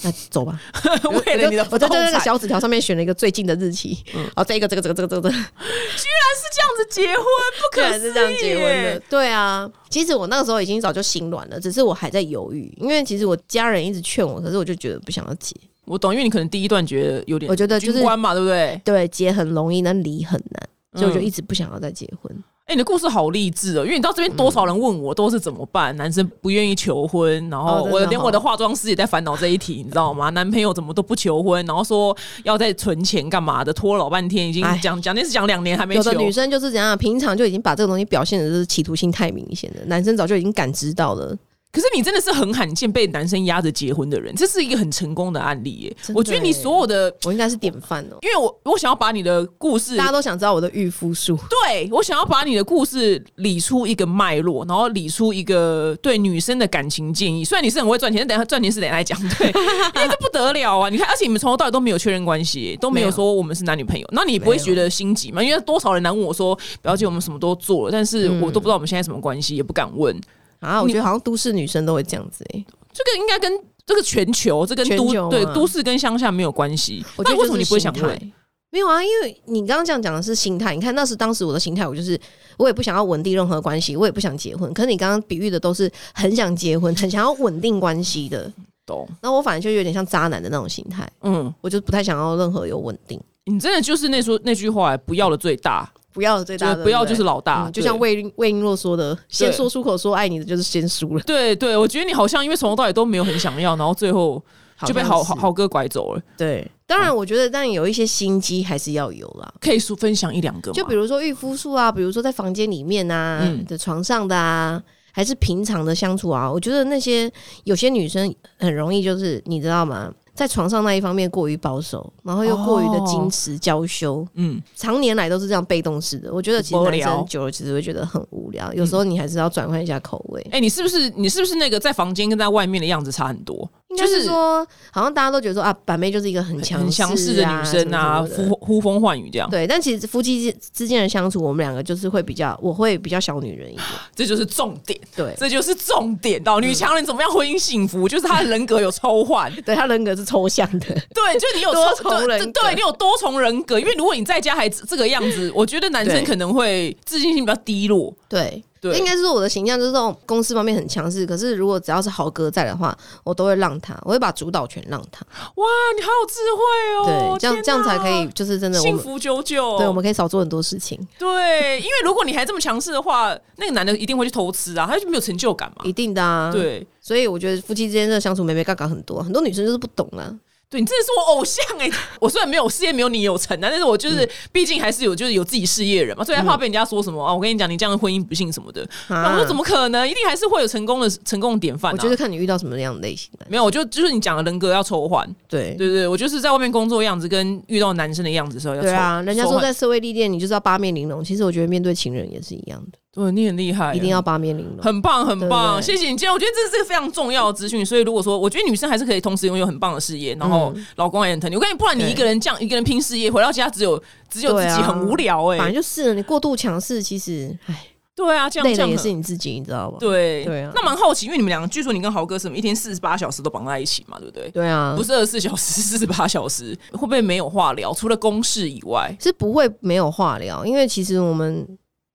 Speaker 2: 那走吧。
Speaker 1: 为了你的
Speaker 2: 我
Speaker 1: 不
Speaker 2: 就
Speaker 1: 动
Speaker 2: 在那
Speaker 1: 产，
Speaker 2: 个小纸条上面选了一个最近的日期，嗯，哦，这一个这个这个这个这个这个，
Speaker 1: 这样子结婚不可
Speaker 2: 居然
Speaker 1: 思议
Speaker 2: 啊是这样结婚
Speaker 1: 耶
Speaker 2: 的，对啊。其实我那个时候已经早就心软了，只是我还在犹豫，因为其实我家人一直劝我，可是我就觉得不想要结。
Speaker 1: 我懂，因为你可能第一段觉得有点，
Speaker 2: 我觉得就是
Speaker 1: 军官嘛，对不对？
Speaker 2: 对，结很容易，但离很难，所以我就
Speaker 1: 嗯
Speaker 2: 一直不想要再结婚。
Speaker 1: 哎、你的故事好励志哦，因为你到这边多少人问我都是怎么办，男生不愿意求婚，然
Speaker 2: 哦
Speaker 1: 后
Speaker 2: 真的
Speaker 1: 我连
Speaker 2: 哦
Speaker 1: 我的化妆师也在烦恼这一题，你知道吗？男朋友怎么都不求婚，然后说要再存钱干嘛的，拖了老半天，已经
Speaker 2: 哎
Speaker 1: 讲讲那是讲两年还没
Speaker 2: 有
Speaker 1: 求
Speaker 2: 的。女生就是怎样，平常就已经把这个东西表现的就是企图心太明显了，男生早就已经感知到了。
Speaker 1: 可是你真的是很罕见被男生压着结婚的人，这是一个很成功的案例耶。
Speaker 2: 真的
Speaker 1: 我觉得你
Speaker 2: 耶
Speaker 1: 所有的，
Speaker 2: 我应该是典范哦、
Speaker 1: 因为我我想要把你的故事
Speaker 2: 大家都想知道我的御夫术，
Speaker 1: 对我想要把你的故事理出一个脉络，然后理出一个对女生的感情建议。虽然你是很会赚钱，但等一下赚钱是等一下来讲， 对，因为这不得了啊！你看，而且你们从头到尾都没有确认关系，都没有
Speaker 2: 没有
Speaker 1: 说我们是男女朋友，那你不会
Speaker 2: 没有
Speaker 1: 觉得心急吗？因为多少人来问我说，表姐，我们什么都做了，但是
Speaker 2: 嗯
Speaker 1: 我都不知道我们现在什么关系，也不敢问。
Speaker 2: 啊，我觉得好像都市女生都会这样子哎、
Speaker 1: 这个应该跟这个全球，这跟
Speaker 2: 全
Speaker 1: 都
Speaker 2: 球
Speaker 1: 对
Speaker 2: 嘛
Speaker 1: 都市跟乡下没有关系。
Speaker 2: 我觉
Speaker 1: 那
Speaker 2: 得
Speaker 1: 为什么你不会想
Speaker 2: 就是心态
Speaker 1: 问？
Speaker 2: 没有啊，因为你刚刚这样讲的是心态。你看，那是当时我的心态，我就是我也不想要稳定任何关系，我也不想结婚。可是你刚刚比喻的都是很想结婚、很想要稳定关系 的，
Speaker 1: 懂？
Speaker 2: 那我反而就有点像渣男的那种心态，
Speaker 1: 嗯，
Speaker 2: 我就不太想要任何有稳定，
Speaker 1: 你真的就是那说那句话，不要的最大。
Speaker 2: 不要最
Speaker 1: 就
Speaker 2: 大
Speaker 1: 是
Speaker 2: 的
Speaker 1: 不要就是老
Speaker 2: 对不对
Speaker 1: 大，
Speaker 2: 嗯就像
Speaker 1: 对
Speaker 2: 魏璎魏璎珞说的：“先说出口说爱你的，就是先输了。
Speaker 1: 对对，我觉得你好像因为从头到尾都没有很想要，然后最后
Speaker 2: 好像是”
Speaker 1: 就被好好好哥拐走了。
Speaker 2: 对，当然我觉得，但有一些心机还是要有啦。
Speaker 1: 可以说分享一两个吗？
Speaker 2: 就比如说御夫术啊，比如说在房间里面啊、
Speaker 1: 嗯
Speaker 2: 的床上的啊，还是平常的相处啊，我觉得那些有些女生很容易就是你知道吗，在床上那一方面过于保守，然后又过于的矜持娇羞，
Speaker 1: 嗯，
Speaker 2: 常年来都是这样被动式的。我觉得其实
Speaker 1: 无
Speaker 2: 男
Speaker 1: 聊
Speaker 2: 生久了其实会觉得很无聊，
Speaker 1: 嗯
Speaker 2: 有时候你还是要转换一下口味。
Speaker 1: 哎、你是不是你是不是那个在房间跟在外面的样子差很多？
Speaker 2: 应该
Speaker 1: 就是
Speaker 2: 说，好像大家都觉得说啊，板妹就是一个很强
Speaker 1: 很强势的女生啊，
Speaker 2: 啊，什么什么的
Speaker 1: 呼呼风唤雨这样，
Speaker 2: 对，但其实夫妻之之间的相处，我们两个就是会比较，我会比较小女人一点，
Speaker 1: 这就是重点，
Speaker 2: 对。
Speaker 1: 这就是重点到女强人怎么样婚姻幸福， 就是她的人格有抽 换，
Speaker 2: 对他人格是抽象的，
Speaker 1: 对，就你有
Speaker 2: 多
Speaker 1: 抽
Speaker 2: 重
Speaker 1: 对
Speaker 2: 人
Speaker 1: 对
Speaker 2: 格
Speaker 1: 对，你有多重人格，因为如果你在家还这个样子，我觉得男生
Speaker 2: 对
Speaker 1: 可能会自信心比较低落。
Speaker 2: 对，
Speaker 1: 对
Speaker 2: 应该是说我的形象就是这种公司方面很强势，可是如果只要是豪哥在的话，我都会让他，我会把主导权让他，
Speaker 1: 哇，你好有智慧哦！
Speaker 2: 对，这样
Speaker 1: 天
Speaker 2: 这样才
Speaker 1: 哪
Speaker 2: 可以，就是真的我
Speaker 1: 幸
Speaker 2: 们。
Speaker 1: 福哦久久。
Speaker 2: 对，我们可以少做很多事情，
Speaker 1: 对，因为如果你还这么强势的话，那个男的一定会去偷吃啊，他就没有成就感嘛。
Speaker 2: 一定的啊。，
Speaker 1: 对，
Speaker 2: 所以我觉得夫妻之间的相处没没嘎嘎很多，很多女生就是不懂啊。
Speaker 1: 对你真的是我偶像哎、我虽然没有事业没有你有成啊，但是我
Speaker 2: 嗯
Speaker 1: 就是、毕竟还是有就是有自己事业人嘛，所以害怕被人家说什么、啊，我跟你讲你这样的婚姻不幸什么的。那、
Speaker 2: 啊
Speaker 1: 我说怎么可能？一定还是会有成功的成功的典范、啊。
Speaker 2: 我就是看你遇到什么样的类型的。
Speaker 1: 没有，我就就是你讲的人格要抽换，
Speaker 2: 对
Speaker 1: 对对对，我就是在外面工作的样子跟遇到男生的样子的时候要抽
Speaker 2: 对啊，人家
Speaker 1: 抽
Speaker 2: 说
Speaker 1: 换
Speaker 2: 在社会历练，你就是要八面玲珑。其实我觉得面对情人也是一样的，
Speaker 1: 对你很厉害啊，
Speaker 2: 一定要八面玲珑。
Speaker 1: 很棒，很棒，
Speaker 2: 对不对
Speaker 1: 谢谢你今天，我觉得这是个非常重要的资讯。所以如果说，我觉得女生还是可以同时拥有很棒的事业，然
Speaker 2: 嗯
Speaker 1: 后老公也很疼你。我跟你，不然你
Speaker 2: 对
Speaker 1: 一个人这样一个人拼事业，回到家只有只有自己，
Speaker 2: 对啊
Speaker 1: 很无聊哎、
Speaker 2: 反正就是你过度强势，其实唉，
Speaker 1: 对啊，这样
Speaker 2: 累
Speaker 1: 这
Speaker 2: 的
Speaker 1: 样
Speaker 2: 也
Speaker 1: 很
Speaker 2: 是你自己，你知道吗？
Speaker 1: 对
Speaker 2: 对啊
Speaker 1: 那蛮好奇，因为你们两个，据说你跟豪哥是什么一天四十八小时都绑在一起嘛，对不对？
Speaker 2: 对啊，
Speaker 1: 不是二十四小时，四十八小时，会不会没有话聊？除了公事以外，
Speaker 2: 是不会没有话聊，因为其实我们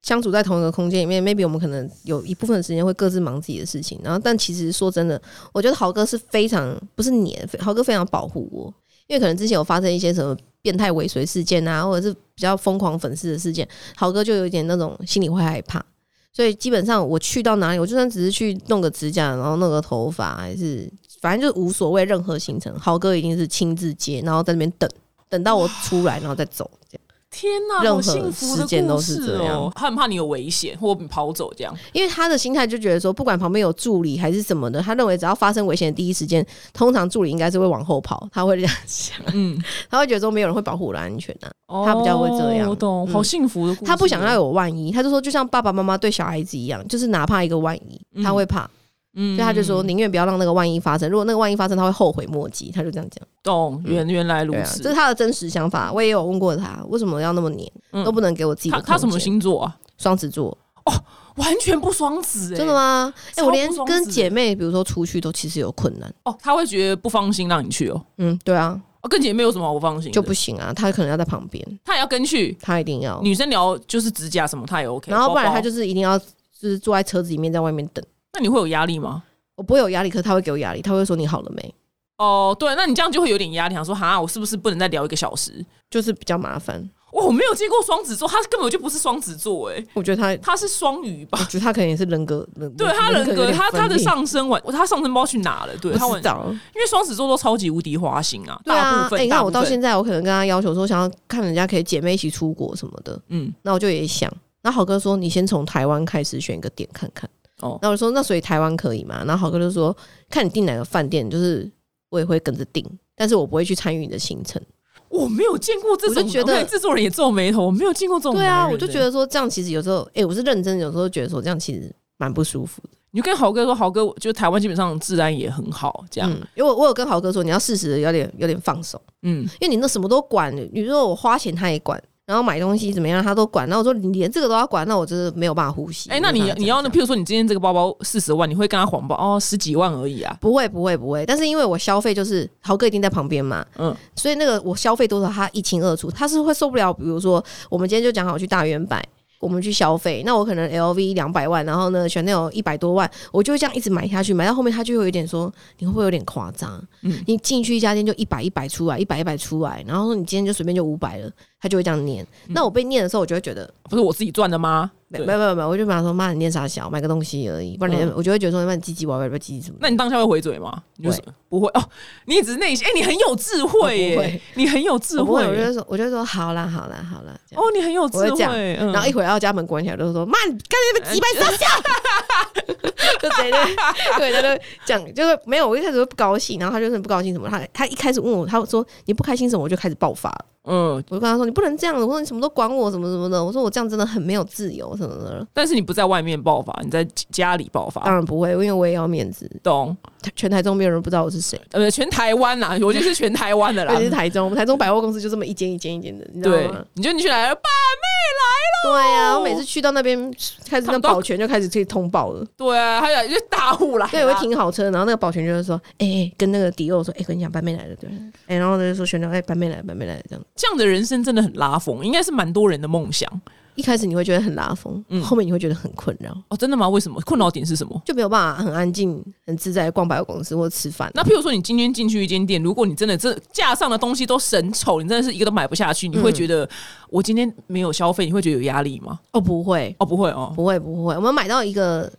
Speaker 2: 相处在同一个空间里面，maybe 我们可能有一部分时间会各自忙自己的事情。然后，但其实说真的，我觉得豪哥是非常不是黏，豪哥非常保护我，因为可能之前有发生一些什么变态尾随事件啊，或者是比较疯狂粉丝的事件，豪哥就有一点那种心里会害怕。所以基本上我去到哪里，我就算只是去弄个指甲，然后弄个头发，还是反正就无所谓任何行程，豪哥一定是亲自接，然后在那边等，等到我出来，然后再走。这样。
Speaker 1: 天哪，
Speaker 2: 任
Speaker 1: 好
Speaker 2: 何
Speaker 1: 幸福的
Speaker 2: 事件
Speaker 1: 故
Speaker 2: 都是
Speaker 1: 事
Speaker 2: 这
Speaker 1: 哦
Speaker 2: 样。
Speaker 1: 他很怕你有危险或你跑走 这样。
Speaker 2: 因为他的心态就觉得说，不管旁边有助理还是什么的，他认为只要发生危险的第一时间，通常助理应该是会往后跑，他会这样想，
Speaker 1: 嗯，
Speaker 2: 他会觉得说没有人会保护我的安全啊，
Speaker 1: 哦
Speaker 2: 他比较会这样
Speaker 1: 我懂，
Speaker 2: 嗯
Speaker 1: 好幸福的故事。哦
Speaker 2: 他不想要有万一，他就说就像爸爸妈妈对小孩子一样，就是哪怕一个万一，
Speaker 1: 嗯
Speaker 2: 他会怕，
Speaker 1: 嗯，
Speaker 2: 所以他就说宁愿不要让那个万一发生，如果那个万一发生，他会后悔莫及，他就这样讲，
Speaker 1: 懂，原原来如
Speaker 2: 对啊，
Speaker 1: 此。
Speaker 2: 这是他的真实想法，我也有问过他为什么要那么黏，
Speaker 1: 嗯
Speaker 2: 都不能给我自己的
Speaker 1: 他他什么
Speaker 2: 空间
Speaker 1: 星座啊？
Speaker 2: 双子座，
Speaker 1: 完全不双子、欸，
Speaker 2: 真的？吗？哎、
Speaker 1: 超
Speaker 2: 我连
Speaker 1: 不双
Speaker 2: 跟
Speaker 1: 子
Speaker 2: 姐妹，比如说出去都其实有困难，
Speaker 1: 哦，他会觉得不放心让你去哦。
Speaker 2: 嗯，对啊，
Speaker 1: 哦跟姐妹有什么好不放心的？
Speaker 2: 就不行啊，他可能要在旁边。
Speaker 1: 他也要跟去。
Speaker 2: 他一定要，
Speaker 1: 女生聊就是指甲什么，他也 OK。
Speaker 2: 哦然后不然
Speaker 1: 包包
Speaker 2: 他就是一定要就是坐在车子里面在外面等。
Speaker 1: 那你会有压力吗？
Speaker 2: 我不会有压力，可是他会给我压力，他会说你好了没，
Speaker 1: 哦，对，那你这样就会有点压力，想说哈，我是不是不能再聊一个小时？
Speaker 2: 就是比较麻烦。
Speaker 1: 哇，我没有见过双子座，他根本就不是双子座、欸，哎，
Speaker 2: 我觉得他，
Speaker 1: 他是双鱼吧
Speaker 2: 我？觉得他可能也是人格，人
Speaker 1: 对他人
Speaker 2: 有
Speaker 1: 格，
Speaker 2: 点
Speaker 1: 他他的
Speaker 2: 分裂
Speaker 1: 上升完，哦他上升包去哪了？对，他
Speaker 2: 不
Speaker 1: 完
Speaker 2: 知道。
Speaker 1: 因为双子座都超级无敌花心啊，
Speaker 2: 对
Speaker 1: 大
Speaker 2: 啊
Speaker 1: 部，分。
Speaker 2: 哎，你看
Speaker 1: 大部
Speaker 2: 我到
Speaker 1: 分
Speaker 2: 现在，我可能跟他要求说想要看人家可以姐妹一起出国什么的，
Speaker 1: 嗯，
Speaker 2: 那我就也想。然后好哥说你先从台湾开始选一个点看看，
Speaker 1: 哦
Speaker 2: 然后我说那所以台湾可以吗？然后豪哥就说看你订哪个饭店，就是我也会跟着订，但是我不会去参与你的行程。
Speaker 1: 我没有见过这种，
Speaker 2: 我就觉得
Speaker 1: 我看制作人也皱眉头，我没有见过这种男
Speaker 2: 对
Speaker 1: 人欸。
Speaker 2: 啊，我就觉得说这样其实有时候，哎、我是认真，有时候觉得说这样其实蛮不舒服的。
Speaker 1: 你就跟豪哥说，豪哥就台湾基本上治安也很好，这样，
Speaker 2: 嗯，因为我我有跟豪哥说，你要适时的有点有点放手，
Speaker 1: 嗯，
Speaker 2: 因为你那什么都管，你说我花钱他也管，然后买东西怎么样他都管，那我说你连这个都要管，那我真的没有办法呼吸。
Speaker 1: 哎、那你
Speaker 2: 没有办法
Speaker 1: 你要
Speaker 2: 这
Speaker 1: 那，
Speaker 2: 样
Speaker 1: 譬如说你今天这个包包四十万，你会跟他谎报哦十几万而已啊？
Speaker 2: 不会不会不会，但是因为我消费就是豪哥一定在旁边嘛，
Speaker 1: 嗯
Speaker 2: 嗯，所以那个我消费多少他一清二楚，他是会受不了。比如说我们今天就讲好去大圆百，我们去消费，那我可能 LV 两百万，然后呢 Chanel 一百多万，我就会这样一直买下去，买到后面他就会有一点说你会不会有点夸张？
Speaker 1: 嗯
Speaker 2: 你进去一家店就一百一百出来，一百一百出来，然后说你今天就随便就五百了，他就会这样念。那我被念的时候，我就会觉得
Speaker 1: 不是我自己赚的吗？
Speaker 2: 没
Speaker 1: 嗯对
Speaker 2: 没有没有没有，我就想说妈你念啥小，买个东西而已，不然你、
Speaker 1: 嗯
Speaker 2: 我就会觉得说那你唧唧歪歪不唧唧什么的。
Speaker 1: 那你当下会回嘴吗？你就是不会哦，你只是内心哎、你很有智慧
Speaker 2: 我不
Speaker 1: 耶
Speaker 2: 会，
Speaker 1: 你很有智
Speaker 2: 我不
Speaker 1: 慧
Speaker 2: 会，我
Speaker 1: 耶
Speaker 2: 就说，我就说好啦，好啦，好啦。这样
Speaker 1: 哦，你很有智
Speaker 2: 我会这
Speaker 1: 慧，嗯
Speaker 2: 然后一回到家门关起来，就说：“妈，你干脆被击败上下。” 就直接就对，他就讲，就是没有。我一开始会不高兴，然后他就是不高兴什么。他他一开始问我，他说：“你不开心什么？”我就开始爆发了。
Speaker 1: 嗯，
Speaker 2: 我就跟他说：“你不能这样子，我说你什么都管我，什么什么的。”我说：“我这样真的很没有自由，什么的。
Speaker 1: 但是你不在外面爆发，你在家里爆”发，
Speaker 2: 当然不会，因为我也要面子。
Speaker 1: 懂？
Speaker 2: 全台中没有人不知道我是谁，
Speaker 1: 呃，全台湾啦，我就是全台湾的
Speaker 2: 而
Speaker 1: 啦
Speaker 2: 且。是台中，我们台中百货公司就这么一间一间一间的，你知道
Speaker 1: 对
Speaker 2: 吗？，
Speaker 1: 你就你去来了，爸妹
Speaker 2: 对
Speaker 1: 来了。
Speaker 2: 啊，我每次去到那边，开始
Speaker 1: 他
Speaker 2: 那
Speaker 1: 们都
Speaker 2: 保全就开始去通报了。
Speaker 1: 对啊，还有就是大户来啦，
Speaker 2: 对，我会停好车，然后那个保全就会说：“哎、哎跟那个迪欧说，哎、我跟你讲，班妹来了，对。哎，然后呢就说：“选到，哎、班妹来了，班妹来了。”这样，
Speaker 1: 这样的人生真的很拉风，应该是蛮多人的梦想
Speaker 2: 一开始你会觉得很拉风，
Speaker 1: 嗯
Speaker 2: 后面你会觉得很困扰，
Speaker 1: 哦。真的吗？为什么困扰点是什么？
Speaker 2: 就没有办法很安静、很自在的逛百货公司或者吃饭。
Speaker 1: 那譬如说，你今天进去一间店，如果你真的这架上的东西都神丑，你真的是一个都买不下去，你会觉得我今天没有消费，你会觉得有压力吗？
Speaker 2: 哦，不会，
Speaker 1: 哦，不会哦，
Speaker 2: 不会，不会，我们买到一个。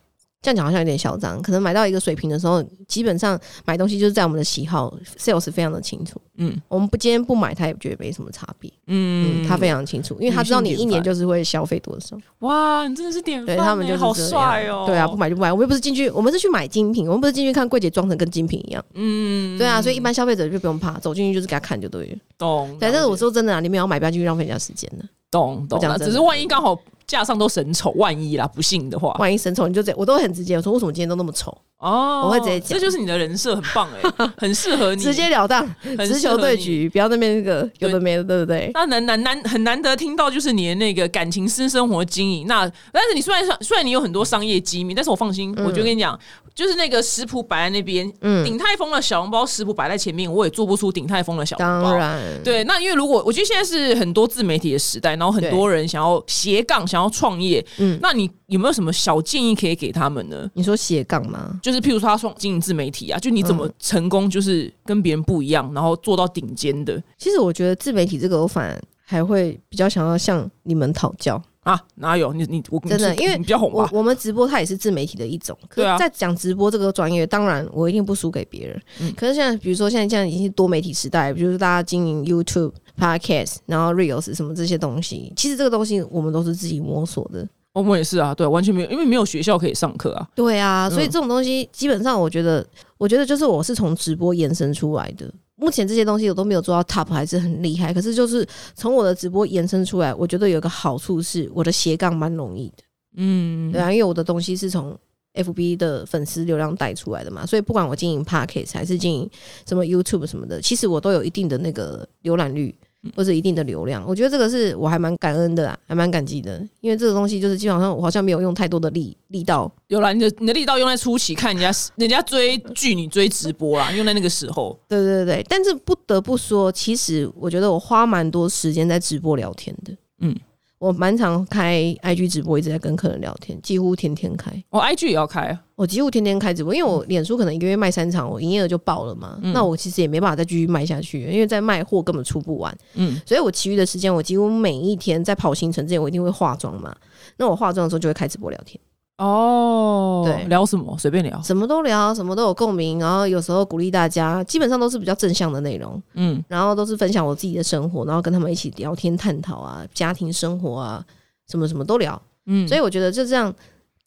Speaker 2: 这样讲好像有点嚣张，可能买到一个水平的时候，基本上买东西就是在我们的喜好，sales 非常的清楚。
Speaker 1: 嗯
Speaker 2: 我们不今天不买，他也觉得没什么差别。
Speaker 1: 嗯
Speaker 2: 嗯，他非常清楚，因为他知道你一年就是会消费多少。
Speaker 1: 哇，你真的是典范
Speaker 2: 对
Speaker 1: 欸，
Speaker 2: 他们就是
Speaker 1: 好
Speaker 2: 这样
Speaker 1: 帅哦，
Speaker 2: 对啊，不买就不买。我们又不是进去，我们是去买精品，我们不是进去看柜姐装成跟精品一样。
Speaker 1: 嗯
Speaker 2: 对啊，所以一般消费者就不用怕，走进去就是给他看就对了。
Speaker 1: 懂，
Speaker 2: 对，但是
Speaker 1: 了解
Speaker 2: 我说真的啊，你们要买不要进去浪费人家时间呢？
Speaker 1: 懂懂
Speaker 2: 我讲
Speaker 1: 啦，
Speaker 2: 真
Speaker 1: 只
Speaker 2: 的
Speaker 1: 是万一刚好架上都神丑，万一啦，不幸的话，
Speaker 2: 万一神丑，你就这，我都会很直接，我说为什么今天都那么丑，
Speaker 1: 哦，
Speaker 2: 我会直接讲
Speaker 1: 这就是你的人设，很棒哎，很适合你，
Speaker 2: 直截了当，
Speaker 1: 很
Speaker 2: 直
Speaker 1: 适合
Speaker 2: 球对
Speaker 1: 你。
Speaker 2: 局，不要那边那个有的没的，对不 对？
Speaker 1: 那难难难很难得听到就是你的那个感情私生活经营。那但是你虽然虽然你有很多商业机密，但是我放心，我就跟你讲，就是那个食谱摆在那边，
Speaker 2: 嗯，
Speaker 1: 鼎泰丰的小笼包食谱摆在前面，我也做不出鼎泰丰的小笼包。
Speaker 2: 当然，
Speaker 1: 对，那因为如果我觉得现在是很多自媒体的时代，然后很
Speaker 2: 对
Speaker 1: 多人想要斜杠，想要创业，
Speaker 2: 嗯
Speaker 1: 那你有没有什么小建议可以给他们呢？
Speaker 2: 你说斜杠吗？
Speaker 1: 就是譬如说他创经营自媒体啊，就你怎
Speaker 2: 嗯
Speaker 1: 么成功，就是跟别人不一样，然后做到顶尖的
Speaker 2: 其实我觉得自媒体这个，我反而还会比较想要向你们讨教。
Speaker 1: 啊？哪有你你我
Speaker 2: 真的
Speaker 1: 你是
Speaker 2: 因为
Speaker 1: 你比较红
Speaker 2: 我
Speaker 1: 吧？
Speaker 2: 我们直播它也是自媒体的一种，可
Speaker 1: 对啊
Speaker 2: 是在讲直播这个专业，当然我一定不输给别人。
Speaker 1: 嗯
Speaker 2: 可是现在，比如说现在这样已经是多媒体时代，比如说大家经营 YouTube、Podcast，然后 Reels 什么这些东西，其实这个东西我们都是自己摸索的。
Speaker 1: 我们也是啊，对，完全没有，因为没有学校可以上课啊。
Speaker 2: 对啊，所以
Speaker 1: 嗯
Speaker 2: 这种东西基本上，我觉得，我觉得就是我是从直播延伸出来的。目前这些东西我都没有做到 top，还是很厉害。可是就是从我的直播延伸出来，我觉得有一个好处是，我的斜杠蛮容易的。
Speaker 1: 嗯
Speaker 2: 对，啊，因为我的东西是从 FB 的粉丝流量带出来的嘛，所以不管我经营 Podcast 还是经营什么 YouTube 什么的，其实我都有一定的那个浏览率或者一定的流量。我觉得这个是我还蛮感恩的、啊，还蛮感激的，因为这个东西就是基本上我好像没有用太多的力力道。
Speaker 1: 有啦，你的你的力道用在初期看人家人家追剧，你追直播啦，用在那个时候。
Speaker 2: 对对对，但是不得不说，其实我觉得我花蛮多时间在直播聊天的。
Speaker 1: 嗯
Speaker 2: 嗯，我蛮常开 IG 直播，一直在跟客人聊天，几乎天天开。
Speaker 1: 我、IG 也要开啊，
Speaker 2: 我几乎天天开直播，因为我脸书可能一个月卖三场，我营业额就爆了嘛。那我其实也没办法再继续卖下去，因为再卖货根本出不完。
Speaker 1: 嗯
Speaker 2: 嗯，所以我其余的时间，我几乎每一天在跑行程之前，我一定会化妆嘛。那我化妆的时候就会开直播聊天，
Speaker 1: 哦，
Speaker 2: 对
Speaker 1: 聊什么随便聊，
Speaker 2: 什么都聊，什么都有共鸣，然后有时候鼓励大家，基本上都是比较正向的内容，
Speaker 1: 嗯，
Speaker 2: 然后都是分享我自己的生活，然后跟他们一起聊天探讨啊，家庭生活啊，什么什么都聊。
Speaker 1: 嗯
Speaker 2: 所以我觉得就这样。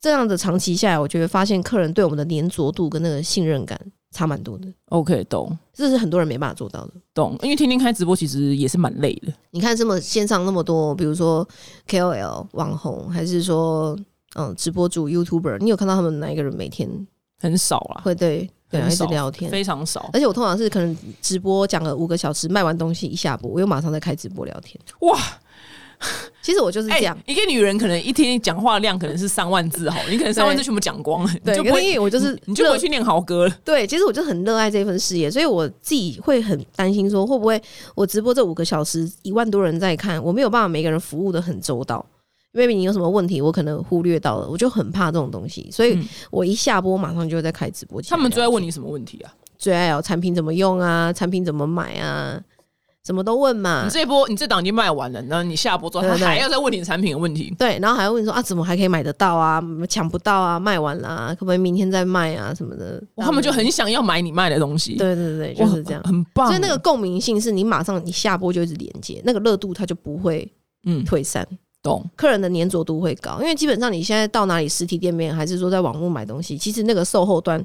Speaker 2: 这样子长期下来，我觉得发现客人对我们的粘着度跟那个信任感差蛮多的，
Speaker 1: OK，懂
Speaker 2: 这是很多人没办法做到的。
Speaker 1: 懂，因为天天开直播其实也是蛮累的。
Speaker 2: 你看这么线上那么多，比如说 KOL 网红，还是说嗯直播主 YouTuber，你有看到他们哪一个人每天
Speaker 1: 很少啦，
Speaker 2: 会对对啊
Speaker 1: 很
Speaker 2: 一直
Speaker 1: 少
Speaker 2: 聊天？
Speaker 1: 非常少。
Speaker 2: 而且我通常是可能直播讲了五个小时，卖完东西一下播，我又马上再开直播聊天。
Speaker 1: 哇，
Speaker 2: 其实我就是
Speaker 1: 哎、
Speaker 2: 这样，
Speaker 1: 一个女人可能一天讲话量可能是三万字好了，你可能三万字全部讲光了，你
Speaker 2: 对，
Speaker 1: 就
Speaker 2: 可
Speaker 1: 不
Speaker 2: 是
Speaker 1: 会，
Speaker 2: 因为我就是
Speaker 1: 你就
Speaker 2: 热
Speaker 1: 回去念豪哥了。
Speaker 2: 对，其实我就很热爱这份事业，所以我自己会很担心说，会不会我直播这五个小时，一万多人在看，我没有办法每个人服务的很周到。maybe 你有什么问题，我可能忽略到了，我就很怕这种东西，所以
Speaker 1: 嗯
Speaker 2: 我一下播马上就会再开直播起来
Speaker 1: 他
Speaker 2: 聊天。
Speaker 1: 们最爱问你什么问题啊？
Speaker 2: 最爱哦，产品怎么用啊，产品怎么买啊，什么都问嘛
Speaker 1: 你。这一波你这档已经卖完了，然后你下播之后，他
Speaker 2: 对对
Speaker 1: 还要再问你产品的问题。
Speaker 2: 对，然后还会问说啊，怎么还可以买得到啊？抢不到啊，卖完啦、可不可以明天再卖啊？什么的，
Speaker 1: 哇他们就很想要买你卖的东西，
Speaker 2: 对对对，
Speaker 1: 哇，
Speaker 2: 就是这样。
Speaker 1: 很棒。
Speaker 2: 所以那个共鸣性是你马上你下播就一直连接，那个热度它就不会
Speaker 1: 嗯，
Speaker 2: 退散，
Speaker 1: 懂
Speaker 2: 客人的粘着度会高，因为基本上你现在到哪里实体店面还是说在网络买东西，其实那个售后端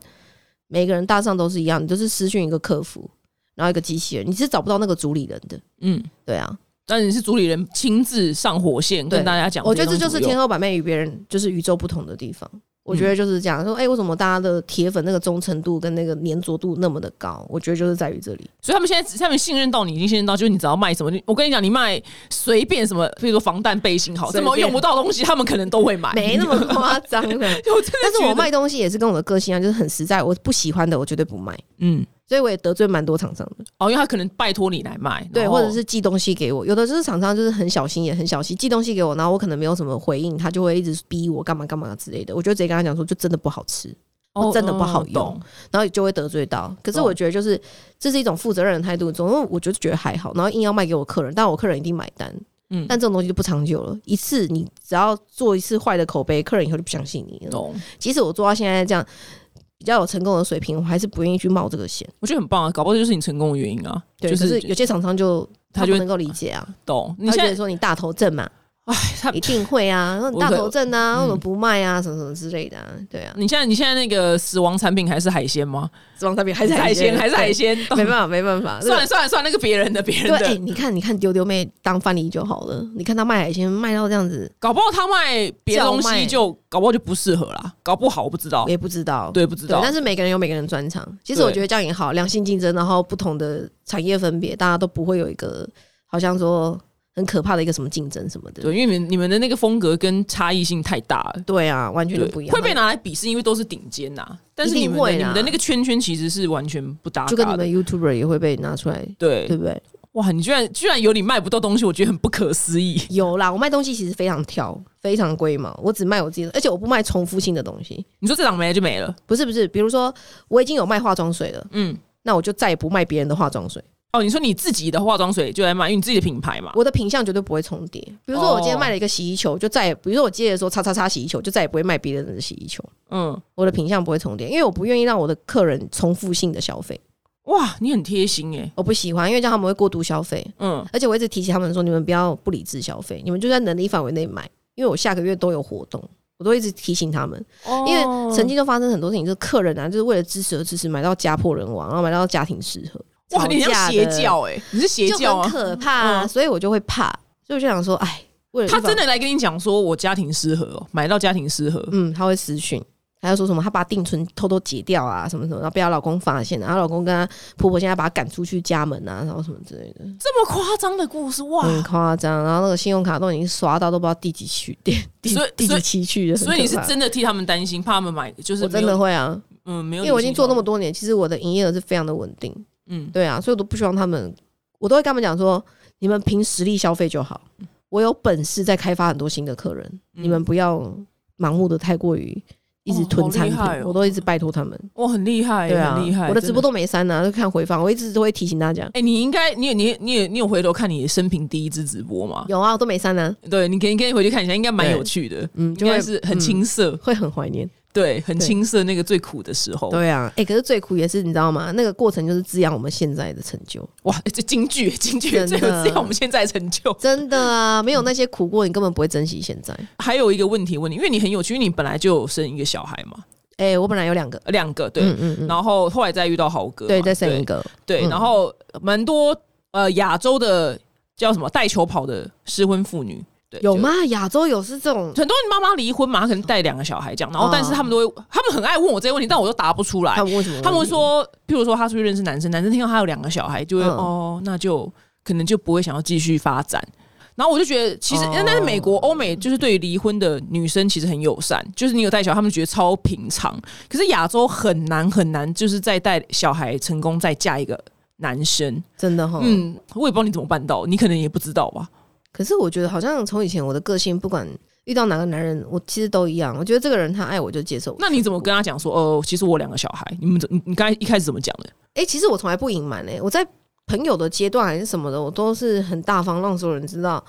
Speaker 2: 每个人大上都是一样，你就是私讯一个客服，然后一个机器人，你是找不到那个主理人的，
Speaker 1: 嗯。
Speaker 2: 对啊，
Speaker 1: 但你是主理人亲自上火线
Speaker 2: 对
Speaker 1: 跟大家讲，
Speaker 2: 我觉得这就是天
Speaker 1: 天，
Speaker 2: 花板妹与别人就是宇宙不同的地方。我觉得就是这样，说哎、为什么大家的铁粉那个忠诚度跟那个粘着度那么的高？我觉得就是在于这里。
Speaker 1: 所以他们现在只他们信任到你，已经信任到，就是你只要卖什么，你我跟你讲，你卖随便什么，比如说防弹背心好，怎
Speaker 2: 随便
Speaker 1: 么用不到的东西，他们可能都会买。
Speaker 2: 没那么夸 张，
Speaker 1: 我真的
Speaker 2: 但是
Speaker 1: 觉
Speaker 2: 我
Speaker 1: 得，
Speaker 2: 卖东西也是跟我的个性一样，啊就是很实在，我不喜欢的我绝对不卖，
Speaker 1: 嗯，
Speaker 2: 所以我也得罪蛮多厂商的，
Speaker 1: 哦，因为他可能拜托你来卖，
Speaker 2: 对，
Speaker 1: 然后
Speaker 2: 或者是寄东西给我，有的就是厂商就是很小心也很小心，寄东西给我，然后我可能没有什么回应，他就会一直逼我干嘛干嘛之类的，我就直接跟他讲说，就真的不好吃，
Speaker 1: 哦
Speaker 2: 真的不好
Speaker 1: 嗯
Speaker 2: 用
Speaker 1: 懂
Speaker 2: 然后就会得罪到。可是
Speaker 1: 懂
Speaker 2: 我觉得就是这是一种负责任的态度，总之我就觉得还好，然后硬要卖给我客人，但我客人一定买单，
Speaker 1: 嗯
Speaker 2: 但这种东西就不长久了，一次你只要做一次坏的口碑，客人以后就不相信你了。
Speaker 1: 懂，
Speaker 2: 即使我做到现在这样比较有成功的水平，我还是不愿意去冒这个险。
Speaker 1: 我觉得很棒啊，搞不好这就是你成功的原因啊，
Speaker 2: 对，
Speaker 1: 就
Speaker 2: 可是有些厂商就
Speaker 1: 他
Speaker 2: 他
Speaker 1: 就
Speaker 2: 不
Speaker 1: 会
Speaker 2: 能够理解啊，
Speaker 1: 懂。你
Speaker 2: 他就
Speaker 1: 现
Speaker 2: 觉得
Speaker 1: 在
Speaker 2: 说你大头症嘛，
Speaker 1: 哎，他
Speaker 2: 一定会啊，说你大头症啊，
Speaker 1: 我
Speaker 2: 为
Speaker 1: 可嗯
Speaker 2: 什么不卖啊，什么什么之类的、啊，对啊，
Speaker 1: 你现在你现在那个死亡产品还是海鲜吗？
Speaker 2: 死亡产品还是
Speaker 1: 海鲜还是海，鲜？
Speaker 2: 对没办法，没办法，
Speaker 1: 算了算了算了，那个别人的别
Speaker 2: 对，
Speaker 1: 人
Speaker 2: 哎、
Speaker 1: 的，
Speaker 2: 你看，你看丢丢妹当范例就好了。你看她卖海鲜卖到这样子，
Speaker 1: 搞不好他卖别的东
Speaker 2: 叫卖
Speaker 1: 西就搞不好就不适合啦，搞不好我不知道
Speaker 2: 我，也不知道。
Speaker 1: 对，不知
Speaker 2: 对，
Speaker 1: 道
Speaker 2: 但。是每个人有每个人专长。其实
Speaker 1: 对
Speaker 2: 我觉得这样也好，良性竞争，然后不同的产业分别，大家都不会有一个好像说很可怕的一个什么竞争什么的。
Speaker 1: 对，因为你们你们的那个风格跟差异性太大了，
Speaker 2: 对啊，完全
Speaker 1: 对
Speaker 2: 就不一，样。
Speaker 1: 会被拿来比是因为都是顶尖呐、但是
Speaker 2: 一
Speaker 1: 你
Speaker 2: 定
Speaker 1: 们的
Speaker 2: 会啦
Speaker 1: 你们的那个圈圈其实是完全不搭
Speaker 2: 就跟你
Speaker 1: 嘎
Speaker 2: 们
Speaker 1: 的。
Speaker 2: YouTuber 也会被拿出来，对
Speaker 1: 对，
Speaker 2: 不对？
Speaker 1: 哇，你居然居然有你卖不到东西，我觉得很不可思议。
Speaker 2: 有啦，我卖东西其实非常挑，非常龟毛，我只卖我自己的，而且我不卖重复性的东西。
Speaker 1: 你说这档没了就没了，
Speaker 2: 不是不是，比如说我已经有卖化妆水了，
Speaker 1: 嗯，
Speaker 2: 那我就再也不卖别人的化妆水。
Speaker 1: 哦，你说你自己的化妆水就来卖，因为你自己的品牌嘛，
Speaker 2: 我的品相绝对不会重叠。比如说，我
Speaker 1: 哦
Speaker 2: 今天卖了一个洗衣球，就再也，比如说我接着说叉叉叉洗衣球，就再也不会卖别人的洗衣球。
Speaker 1: 嗯，
Speaker 2: 我的品相不会重叠，因为我不愿意让我的客人重复性的消费，
Speaker 1: 哇，你很贴心哎、
Speaker 2: 我不喜欢，因为这样他们会过度消费。
Speaker 1: 嗯，
Speaker 2: 而且我一直提醒他们说，你们不要不理智消费，你们就在能力范围内买，因为我下个月都有活动。我都一直提醒他们，因为
Speaker 1: 哦
Speaker 2: 曾经就发生很多事情，就是客人啊，就是为了支持而支持，买到家破人亡，然后买到家庭失和，
Speaker 1: 哇，你很
Speaker 2: 吵架
Speaker 1: 像
Speaker 2: 的
Speaker 1: 邪教哎、你是邪教
Speaker 2: 就很
Speaker 1: 啊？
Speaker 2: 可怕、啊，
Speaker 1: 嗯
Speaker 2: 所以我就会怕，所以我就想说，哎，为了
Speaker 1: 他
Speaker 2: 预防
Speaker 1: 真的来跟你讲说，我家庭失和、哦，买到家庭失和，
Speaker 2: 嗯，他会私讯，还要说什么他把定存偷偷解掉啊，什么什么，然后被她老公发现，然啊后她老公跟她婆婆现在把她赶出去家门啊，然后什么之类的，
Speaker 1: 这么夸张的故事哇！
Speaker 2: 很夸张。然后那个信用卡都已经刷到都不知道第几去第第
Speaker 1: 所以
Speaker 2: 第
Speaker 1: 所
Speaker 2: 几
Speaker 1: 以
Speaker 2: 期去了，很
Speaker 1: 所以你
Speaker 2: 可
Speaker 1: 是
Speaker 2: 怕
Speaker 1: 真的替他们担心，怕他们买就是
Speaker 2: 我
Speaker 1: 没
Speaker 2: 真
Speaker 1: 有
Speaker 2: 的会啊，
Speaker 1: 嗯没有理性消
Speaker 2: 因
Speaker 1: 费，
Speaker 2: 为我已经做那么多年，其实我的营业额是非常的稳定，
Speaker 1: 嗯
Speaker 2: 对啊，所以我都不希望他们，我都会跟他们讲说，你们凭实力消费就好，我有本事再开发很多新的客人，你们不要盲目的太过于。一直
Speaker 1: 嗯哦
Speaker 2: 囤
Speaker 1: 好厉
Speaker 2: 产品，
Speaker 1: 害哦
Speaker 2: 我都一直拜托他们。
Speaker 1: 哇哦很厉害，
Speaker 2: 对啊，
Speaker 1: 哎很厉害，
Speaker 2: 我的直播
Speaker 1: 都。
Speaker 2: 都没删呢、啊，就看回放。我一直都会提醒大家，
Speaker 1: 哎、你应该，你有，你有你有，你有回头看你生平第一支直播吗？
Speaker 2: 有啊，我都没删呢、啊。
Speaker 1: 对，你可以可以回去看一下，应该蛮
Speaker 2: 对
Speaker 1: 有趣的，
Speaker 2: 嗯，
Speaker 1: 应
Speaker 2: 就会
Speaker 1: 该是很青涩。
Speaker 2: 会很怀念。
Speaker 1: 对，很
Speaker 2: 对
Speaker 1: 青涩那个最苦的时候。
Speaker 2: 对啊，哎、可是最苦也是你知道吗？那个过程就是滋养我们现在的成就，
Speaker 1: 哇，欸这京剧，京剧
Speaker 2: 真
Speaker 1: 这
Speaker 2: 的
Speaker 1: 个只有我们现在的成 就。
Speaker 2: 真 的啊，没有那些苦过，你根本不会珍惜现在。
Speaker 1: 还有一个问题问你，因为你很有趣，因为你本来就有生一个小孩嘛，
Speaker 2: 哎、我本来有两个，
Speaker 1: 呃两个对，
Speaker 2: 嗯嗯嗯，
Speaker 1: 然后后来再遇到豪哥嘛，
Speaker 2: 对，再生一个，
Speaker 1: 对，对，
Speaker 2: 嗯
Speaker 1: 然后蛮多呃亚洲的叫什么带球跑的失婚妇女，对，
Speaker 2: 有
Speaker 1: 就
Speaker 2: 吗？亚洲有是这种，
Speaker 1: 很多人妈妈离婚嘛，她可能带两个小孩这样，然后
Speaker 2: 哦
Speaker 1: 但是他们都会，他们很爱问我这些问题，但我都答不出来
Speaker 2: 他。们为什么？
Speaker 1: 哎他们会，说，譬如说她出去认识男生，男生听到她有两个小孩，就会、
Speaker 2: 哦嗯
Speaker 1: 哦，那就可能就不会想要继续发展。然后我就觉得，其实、
Speaker 2: 哦
Speaker 1: 但是美国、欧美就是对于离婚的女生其实很友善，就是你有带小孩，他们觉得超平常。可是亚洲很难很难，就是再带小孩成功再嫁一个男生。
Speaker 2: 真的哈，嗯。
Speaker 1: 嗯，我也不知道你怎么办到，你可能也不知道吧。
Speaker 2: 可是我觉得好像从以前我的个性，不管遇到哪个男人，我其实都一样。我觉得这个人他爱我就接受我。
Speaker 1: 那你怎么跟他讲说，哦，其实我有两个小孩，你们怎你你刚才一开始怎么讲的？
Speaker 2: 哎、其实我从来不隐瞒哎，我在朋友的阶段还是什么的，我都是很大方，让所有人知道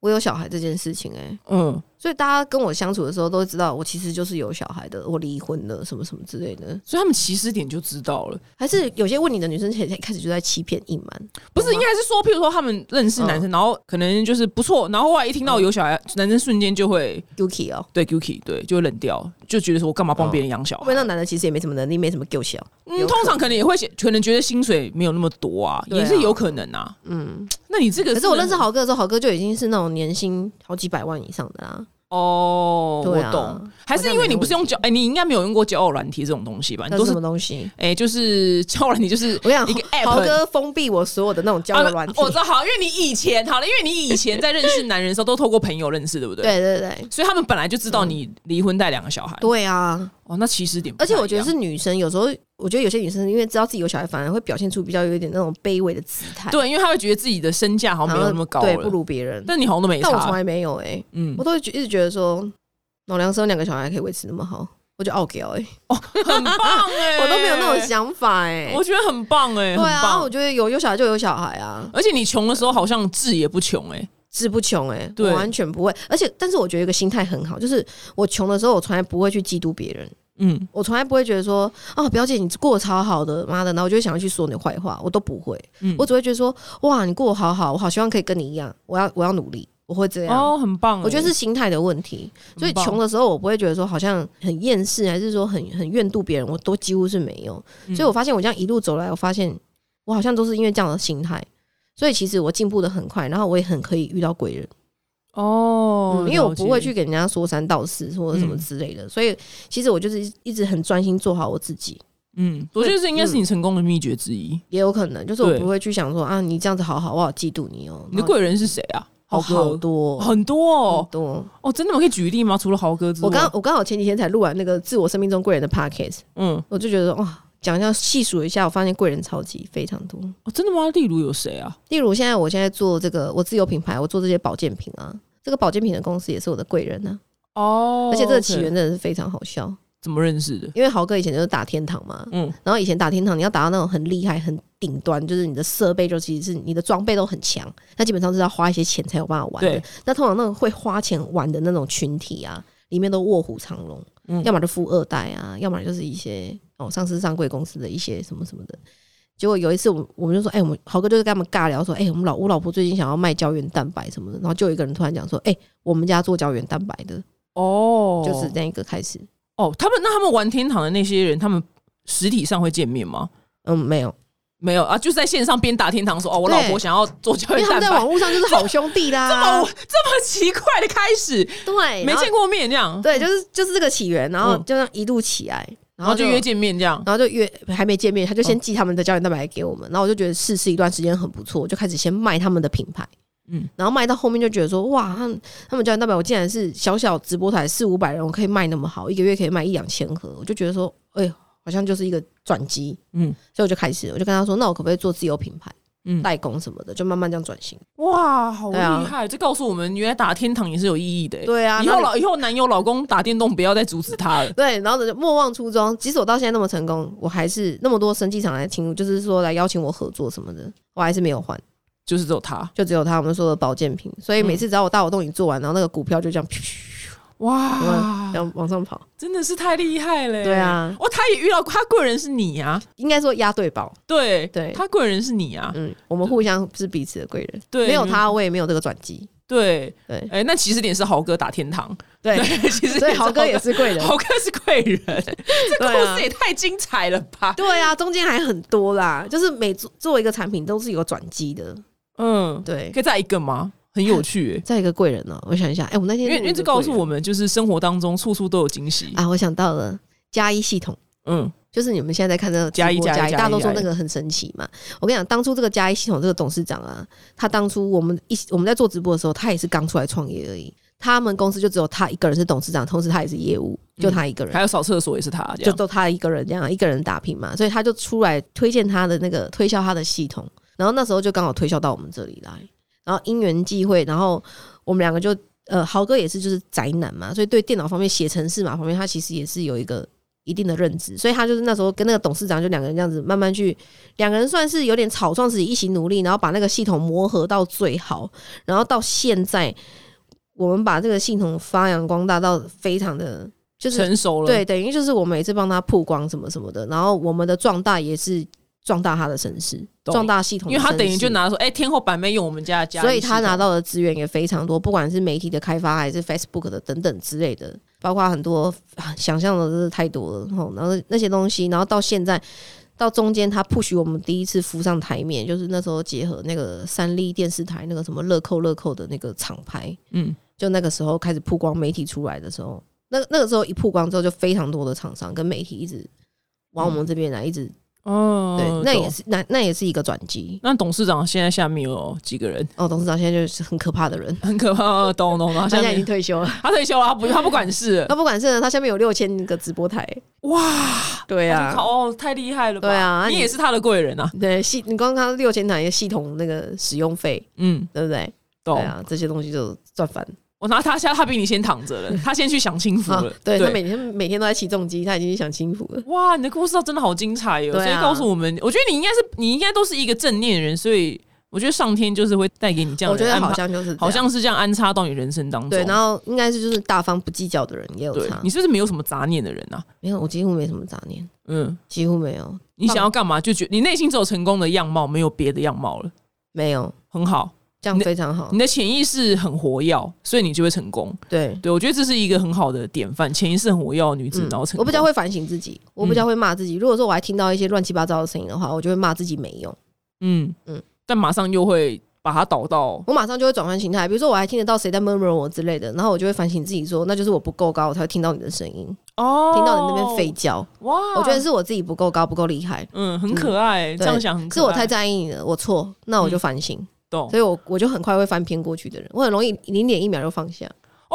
Speaker 2: 我有小孩这件事情哎、
Speaker 1: 嗯，
Speaker 2: 所以大家跟我相处的时候都知道，我其实就是有小孩的，我离婚了，什么什么之类的。
Speaker 1: 所以他们起始点就知道了。
Speaker 2: 还是有些问你的女生，才开始就在欺骗、隐瞒。
Speaker 1: 不是，应该是说，譬如说他们认识
Speaker 2: 嗯
Speaker 1: 男生，然后可能就是不错，然后后来一听到有小孩，男生瞬间就会
Speaker 2: Yuki 哦，
Speaker 1: 对 Guki 对就会冷掉，就觉得说我干嘛
Speaker 2: 嗯
Speaker 1: 帮别人养小
Speaker 2: 会不
Speaker 1: 孩？
Speaker 2: 会那男的其实也没什么能力，没什么救小？
Speaker 1: 嗯，
Speaker 2: 有
Speaker 1: 通
Speaker 2: 可
Speaker 1: 常可能也会写可能觉得薪水没有那么多啊，
Speaker 2: 对啊
Speaker 1: 也是有可能啊。
Speaker 2: 嗯，
Speaker 1: 那你这个
Speaker 2: 可是我认识
Speaker 1: 好
Speaker 2: 豪哥的时候，豪哥就已经是那种年薪好几百万以上的啦。
Speaker 1: 哦，我
Speaker 2: 对啊
Speaker 1: 懂，还
Speaker 2: 好
Speaker 1: 是
Speaker 2: 像
Speaker 1: 因为
Speaker 2: 没
Speaker 1: 你不是用
Speaker 2: 问题
Speaker 1: 交哎，你应该没有用过交友软体这种东西啊吧？你
Speaker 2: 那
Speaker 1: 都
Speaker 2: 是什
Speaker 1: 是
Speaker 2: 么东西？
Speaker 1: 哎，就是交友软体就是
Speaker 2: 我想
Speaker 1: 一个 app
Speaker 2: 豪哥封闭我所有的那种交友软体
Speaker 1: 啊。我知道，好，因为你以前好了，因为你以前在认识男人的时候都透过朋友认识，对不对？。
Speaker 2: 对对对
Speaker 1: 所以他们本来就知道你离婚带两个小孩，
Speaker 2: 对啊！
Speaker 1: 哦，那起始点不
Speaker 2: 嗯
Speaker 1: 太
Speaker 2: 而
Speaker 1: 一
Speaker 2: 且
Speaker 1: 样，
Speaker 2: 我觉得是女生，有时候我觉得有些女生因为知道自己有小孩，反而会表现出比较有一点那种卑微的姿态，
Speaker 1: 对，因为他会觉得自己的身价好像
Speaker 2: 然
Speaker 1: 没有
Speaker 2: 后
Speaker 1: 那么高
Speaker 2: 对，
Speaker 1: 了
Speaker 2: 不如别人。
Speaker 1: 但你好像都没
Speaker 2: 但我从
Speaker 1: 差，
Speaker 2: 来没有哎、
Speaker 1: 嗯
Speaker 2: 我，都会觉一直觉得说，老娘生两个小孩可以维持那么好，我就傲娇哎，
Speaker 1: 哦很棒哎、
Speaker 2: 我都没有那种想法哎、
Speaker 1: 我觉得很棒哎、
Speaker 2: 对
Speaker 1: 很
Speaker 2: 啊，
Speaker 1: 棒
Speaker 2: 我觉得有有小孩就有小孩啊，
Speaker 1: 而且你穷的时候好像志也不穷哎、
Speaker 2: 志不穷哎、
Speaker 1: 对
Speaker 2: 我完全不会。而且，但是我觉得有一个心态很好，就是我穷的时候，我从来不会去嫉妒别人，
Speaker 1: 嗯，
Speaker 2: 我从来不会觉得说啊，表姐你过得超好的，妈的，然后我就会想要去说你坏话，我都不会，
Speaker 1: 嗯
Speaker 2: 我只会觉得说哇，你过得好好，我好希望可以跟你一样，我要我要努力，我会这样。
Speaker 1: 哦，很棒欸、
Speaker 2: 啊我觉得是心态的问题，所以
Speaker 1: 很棒
Speaker 2: 穷的时候我不会觉得说好像很厌世，还是说很很怨妒别人，我都几乎是没有。
Speaker 1: 嗯
Speaker 2: 所以我发现我这样一路走来，我发现我好像都是因为这样的心态，所以其实我进步的很快，然后我也很可以遇到贵人，
Speaker 1: 哦、
Speaker 2: 嗯因为我不会
Speaker 1: 了解
Speaker 2: 去给人家说三道四或者什么
Speaker 1: 嗯
Speaker 2: 之类的，所以其实我就是一一直很专心做好我自己。
Speaker 1: 嗯，我觉得这应该是你成功的秘诀之一。
Speaker 2: 也有可能，就是我
Speaker 1: 对
Speaker 2: 不会去想说啊，你这样子好好，我好嫉妒你哦。
Speaker 1: 你的贵人是谁啊？豪
Speaker 2: 然后好
Speaker 1: 哥，
Speaker 2: 多哦
Speaker 1: 很多
Speaker 2: 好
Speaker 1: 哦，
Speaker 2: 多。
Speaker 1: 哦，真的吗？可以举例吗？除了豪哥之外，
Speaker 2: 我刚我刚好前几天才录完那个自我生命中贵人的 podcast，
Speaker 1: 嗯、
Speaker 2: 我就觉得哇，讲一下细数一下，我发现贵人超级非常多。
Speaker 1: 哦，真的吗？例如有谁啊？
Speaker 2: 例如现在我现在做这个我自有品牌，我做这些保健品啊，这个保健品的公司也是我的贵人呢、啊
Speaker 1: 哦
Speaker 2: 而且这个起
Speaker 1: OK
Speaker 2: 源真的是非常好笑，
Speaker 1: 怎么认识的？
Speaker 2: 因为豪哥以前就是打天堂嘛，
Speaker 1: 嗯，
Speaker 2: 然后以前打天堂你要打到那种很厉害、很顶端，就是你的设备就其实是你的装备都很强，那基本上是要花一些钱才有办法玩的
Speaker 1: 对。
Speaker 2: 那通常那种会花钱玩的那种群体啊，里面都卧虎藏龙，
Speaker 1: 嗯
Speaker 2: 要么就富二代啊，要么就是一些哦上市上柜公司的一些什么什么的。结果有一次我们我们就说，哎、我们豪哥就是跟他们尬聊说，哎、我们老我老婆最近想要卖胶原蛋白什么的，然后就有一个人突然讲说，哎、我们家做胶原蛋白的，
Speaker 1: 哦，
Speaker 2: 就是那一个开始，
Speaker 1: 哦，他们那他们玩天堂的那些人，他们实体上会见面吗？
Speaker 2: 嗯，没有，
Speaker 1: 没有啊，就是在线上边打天堂说哦，我
Speaker 2: 对
Speaker 1: 老婆想要做胶
Speaker 2: 因为
Speaker 1: 原
Speaker 2: 他
Speaker 1: 蛋
Speaker 2: 们在
Speaker 1: 白
Speaker 2: 网，络上就是好兄弟
Speaker 1: 这
Speaker 2: 啦
Speaker 1: 么，哦这么奇怪的开始，
Speaker 2: 对，
Speaker 1: 没
Speaker 2: 然后
Speaker 1: 见过面这样，
Speaker 2: 对，就是就是这个起源，然后
Speaker 1: 嗯
Speaker 2: 就这样一路起来，
Speaker 1: 然
Speaker 2: 然
Speaker 1: 后
Speaker 2: 后
Speaker 1: 就约，见面这样，
Speaker 2: 然后就约还没见面，他就
Speaker 1: 哦
Speaker 2: 先寄他们的胶原蛋白给我们，然后我就觉得试试一段时间很不错，我就开始先卖他们的品牌，
Speaker 1: 嗯
Speaker 2: 嗯，然后卖到后面就觉得说，哇，他们他们胶原蛋白我竟然是小小直播台四五百人，我可以卖那么好，一个月可以卖一两千盒，我就觉得说，哎、好像就是一个转机，
Speaker 1: 嗯
Speaker 2: 嗯，所以我就开始，我就跟他说，那我可不可以做自有品牌？
Speaker 1: 嗯
Speaker 2: 代工什么的，就慢慢这样转型。
Speaker 1: 哇，好厉
Speaker 2: 对啊
Speaker 1: 害！这告诉我们，原来打天堂也是有意义的欸。
Speaker 2: 对啊
Speaker 1: 以
Speaker 2: 那
Speaker 1: 后
Speaker 2: 你。
Speaker 1: 老以后男友老公打电动不要再阻止他 了
Speaker 2: 对，然后就莫忘初衷。即使我到现在那么成功，我还是那么多生技厂来请，就是说来邀请我合作什么的，我还是没有还，
Speaker 1: 就是只有他，
Speaker 2: 就只有他们说的保健品。所以每次只要我大活动已做完，然后那个股票就这样，噗
Speaker 1: 哇啊
Speaker 2: 往，要往上跑，
Speaker 1: 真的是太厉害了、
Speaker 2: 对啊
Speaker 1: 哦，他也遇到他贵人是你啊，
Speaker 2: 应该说押对宝。
Speaker 1: 对
Speaker 2: 对
Speaker 1: 他贵人是你啊，
Speaker 2: 嗯，我们互相是彼此的贵人，
Speaker 1: 对
Speaker 2: 没有他我也没有这个转机。
Speaker 1: 对，
Speaker 2: 对
Speaker 1: 哎、那起始点是豪哥打天堂，
Speaker 2: 对，
Speaker 1: 其 实
Speaker 2: 所以豪哥也是贵人。
Speaker 1: 豪哥是贵人， 这
Speaker 2: 对啊
Speaker 1: 故事也太精彩了吧？
Speaker 2: 对啊，中间还很多啦，就是每做做一个产品都是有转机的。
Speaker 1: 嗯，
Speaker 2: 对，
Speaker 1: 可以再一个吗？很有趣、欸。
Speaker 2: 再一个贵人呢、我想一下，哎、我那天
Speaker 1: 因为因为这告诉我们，就是生活当中处处都有惊喜。
Speaker 2: 啊，我想到了加一系统。
Speaker 1: 嗯，
Speaker 2: 就是你们现在在看那个
Speaker 1: 加一
Speaker 2: 直播
Speaker 1: 加一
Speaker 2: 加
Speaker 1: 加一
Speaker 2: 大家都
Speaker 1: 加
Speaker 2: 说
Speaker 1: 一
Speaker 2: 那个很神奇嘛。我跟你讲，当初这个加一系统这个董事长啊，他当初我们一起我们在做直播的时候，他也是刚出来创业而已。他们公司就只有他一个人是董事长，同时他也是业务，
Speaker 1: 嗯
Speaker 2: 就他一个人。
Speaker 1: 还有扫厕所也是他啊这
Speaker 2: 就
Speaker 1: 样。
Speaker 2: 都他一个人这样一个人打拼嘛，所以他就出来推荐他的那个推销他的系统，然后那时候就刚好推销到我们这里来，然后因缘际会，然后我们两个就呃豪哥也是就是宅男嘛，所以对电脑方面写程式嘛方面他其实也是有一个一定的认知，所以他就是那时候跟那个董事长就两个人这样子慢慢去，两个人算是有点草创自己一起努力，然后把那个系统磨合到最好，然后到现在我们把这个系统发扬光大到非常的。就是
Speaker 1: 成熟了，
Speaker 2: 对，等于就是我每次帮他曝光什么什么的，然后我们的壮大也是壮大他的身世，
Speaker 1: 懂
Speaker 2: 壮大系统
Speaker 1: 因为
Speaker 2: 的声
Speaker 1: 他
Speaker 2: 势，
Speaker 1: 等于就拿说，哎、天后版妹用我们家的家，
Speaker 2: 所以他拿到的资源也非常多，不管是媒体的开发还是 Facebook 的等等之类的，包括很多啊想象的真是太多了，然后然后那些东西，然后到现在。到中间，他 push 我们第一次浮上台面，就是那时候结合那个三立电视台那个什么乐扣乐扣的那个厂牌，
Speaker 1: 嗯，
Speaker 2: 就那个时候开始曝光媒体出来的时候，那那个时候一曝光之后，就非常多的厂商跟媒体一直往我们这边来，一直
Speaker 1: 哦，
Speaker 2: 对，那也
Speaker 1: 懂。
Speaker 2: 是那那也是一个转机。
Speaker 1: 那董事长现在下面有几个人？
Speaker 2: 哦，董事长现在就是很可怕的人，
Speaker 1: 很可怕，哦懂懂懂。
Speaker 2: 他
Speaker 1: 下
Speaker 2: 现在已经
Speaker 1: 面
Speaker 2: 退休了。
Speaker 1: 他退休了，他不他不管事
Speaker 2: 那不管 是呢，他下面有六千个直播台，
Speaker 1: 哇，
Speaker 2: 对啊，
Speaker 1: 哦，太厉害了吧？
Speaker 2: 对啊
Speaker 1: 你
Speaker 2: 你
Speaker 1: 也是他的贵人啊。
Speaker 2: 对系，你刚刚看六千台的系统那个使用费，
Speaker 1: 嗯，
Speaker 2: 对不对？对
Speaker 1: 懂。
Speaker 2: 啊，这些东西就赚翻
Speaker 1: 我拿他下，他比你先躺着 了，他先去享清福
Speaker 2: 啊
Speaker 1: 了。！
Speaker 2: 对他每天每天都在起重机，他已经想清福了。
Speaker 1: 哇，你的故事倒真的好精彩哦！
Speaker 2: 对啊
Speaker 1: 所以告诉我们，我觉得你应该是你应该都是一个正念人，所以我觉得上天就是会带给你这样
Speaker 2: 我
Speaker 1: 的
Speaker 2: 觉
Speaker 1: 安排，
Speaker 2: 得好像就是这样
Speaker 1: 好像是这样安插到你人生当中。
Speaker 2: 对，然后应该是就是大方不计较的人也有
Speaker 1: 对
Speaker 2: 差
Speaker 1: 你，是不是没有什么杂念的人啊？
Speaker 2: 没有，我几乎没什么杂念，
Speaker 1: 嗯，
Speaker 2: 几乎没有，
Speaker 1: 你想要干嘛就觉你内心只有成功的样貌，没有别的样貌了，
Speaker 2: 没有，
Speaker 1: 很好。
Speaker 2: 这样
Speaker 1: 那嗯
Speaker 2: 非常好
Speaker 1: 你。的潜意识很活跃，所以你就会成功。
Speaker 2: 对，嗯
Speaker 1: 对我觉得这是一个很好的典范，潜意识很活跃的女子，然后成嗯功。
Speaker 2: 我比较会反省自己，我比较会骂自己。如果说我还听到一些乱七八糟的声音的话，我就会骂自己没用。
Speaker 1: 嗯嗯
Speaker 2: 嗯，
Speaker 1: 但马上又会把它导到
Speaker 2: 我马上就会转换心态，比如说我还听得到谁在 murmur 我之类的，然后我就会反省自己说，那就是我不够高，我才会听到你的声音，
Speaker 1: 哦
Speaker 2: 听到你那边吠叫。
Speaker 1: 哇，
Speaker 2: 我觉得是我自己不够高，不够厉害，
Speaker 1: 嗯，很可爱，这
Speaker 2: 对
Speaker 1: 样想很可爱。
Speaker 2: 是
Speaker 1: 嗯哦
Speaker 2: 我太在意你了，我错，那我就反省，
Speaker 1: 懂
Speaker 2: 所，以我我就很快会翻篇过去的人，我很容易零点一秒就 放下。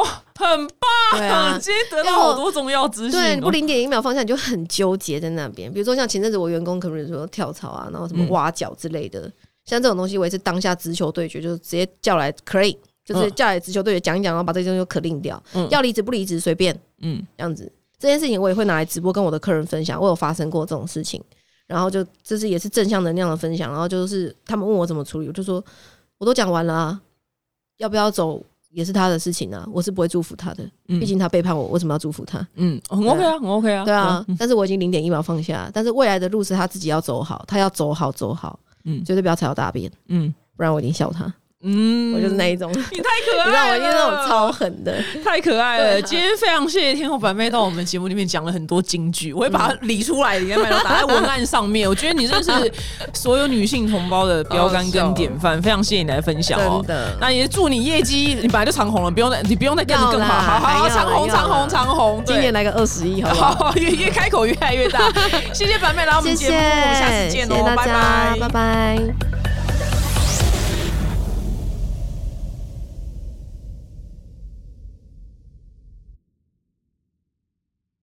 Speaker 1: 很棒，
Speaker 2: 对啊。
Speaker 1: 今天得到好多重要资讯
Speaker 2: 对，你不
Speaker 1: 哦。
Speaker 2: 零点一秒放下，你就很纠结在那边。比如说像前阵子我员工可能说跳槽啊，然后什么
Speaker 1: 嗯
Speaker 2: 挖角之类的，像这种东西，我也是当下直球对决，就是直接叫来 c l e a 就是
Speaker 1: 嗯
Speaker 2: 叫来直球对决讲一讲，然后把这些东西可令掉，
Speaker 1: 嗯
Speaker 2: 要离职不离职随便。
Speaker 1: 嗯，
Speaker 2: 这样子。这件事情我也会拿来直播跟我的客人分享，我有发生过这种事情，然后就这是也是正向能量的分享，然后就是他们问我怎么处理，我就说我都讲完了、啊，要不要走也是他的事情啊，我是不会祝福他的，
Speaker 1: 嗯
Speaker 2: 毕竟他背叛我，为什么要祝福他？
Speaker 1: 嗯，很 OK 啊，很 OK 啊，
Speaker 2: 对啊
Speaker 1: 嗯，
Speaker 2: 但是我已经零点一秒放下，但是未来的路是他自己要走好，他要走好走好，
Speaker 1: 嗯
Speaker 2: 绝对不要踩到大便，
Speaker 1: 嗯
Speaker 2: 不然我一定笑他，
Speaker 1: 嗯，啊
Speaker 2: 我就是那一种， 你
Speaker 1: 你太可
Speaker 2: 知道
Speaker 1: 爱了，
Speaker 2: 我一定是那种超狠的，
Speaker 1: 太可爱
Speaker 2: 对
Speaker 1: 了。
Speaker 2: 啊
Speaker 1: 今天非常谢谢天后版妹到我们节目里面讲了很多金句，我会把它理出来，应该把它打在文案上面。我觉得你真的是所有女性同胞的标杆跟典范，非常谢谢你来分享哦
Speaker 2: 真。的。
Speaker 1: 那也祝你业绩，你本来就长红了，不用再你不用再更
Speaker 2: 要啦
Speaker 1: 更好，好好好
Speaker 2: 还要啦
Speaker 1: 长红
Speaker 2: 要啦
Speaker 1: 长红长红，对
Speaker 2: 今年来个二十一，好不好？
Speaker 1: 好， 越越开口越来越大。谢谢板妹来我们
Speaker 2: 谢
Speaker 1: 节
Speaker 2: 谢，
Speaker 1: 目，我们下次见哦，
Speaker 2: 谢谢大
Speaker 1: 拜
Speaker 2: 家，
Speaker 1: 拜
Speaker 2: 拜。拜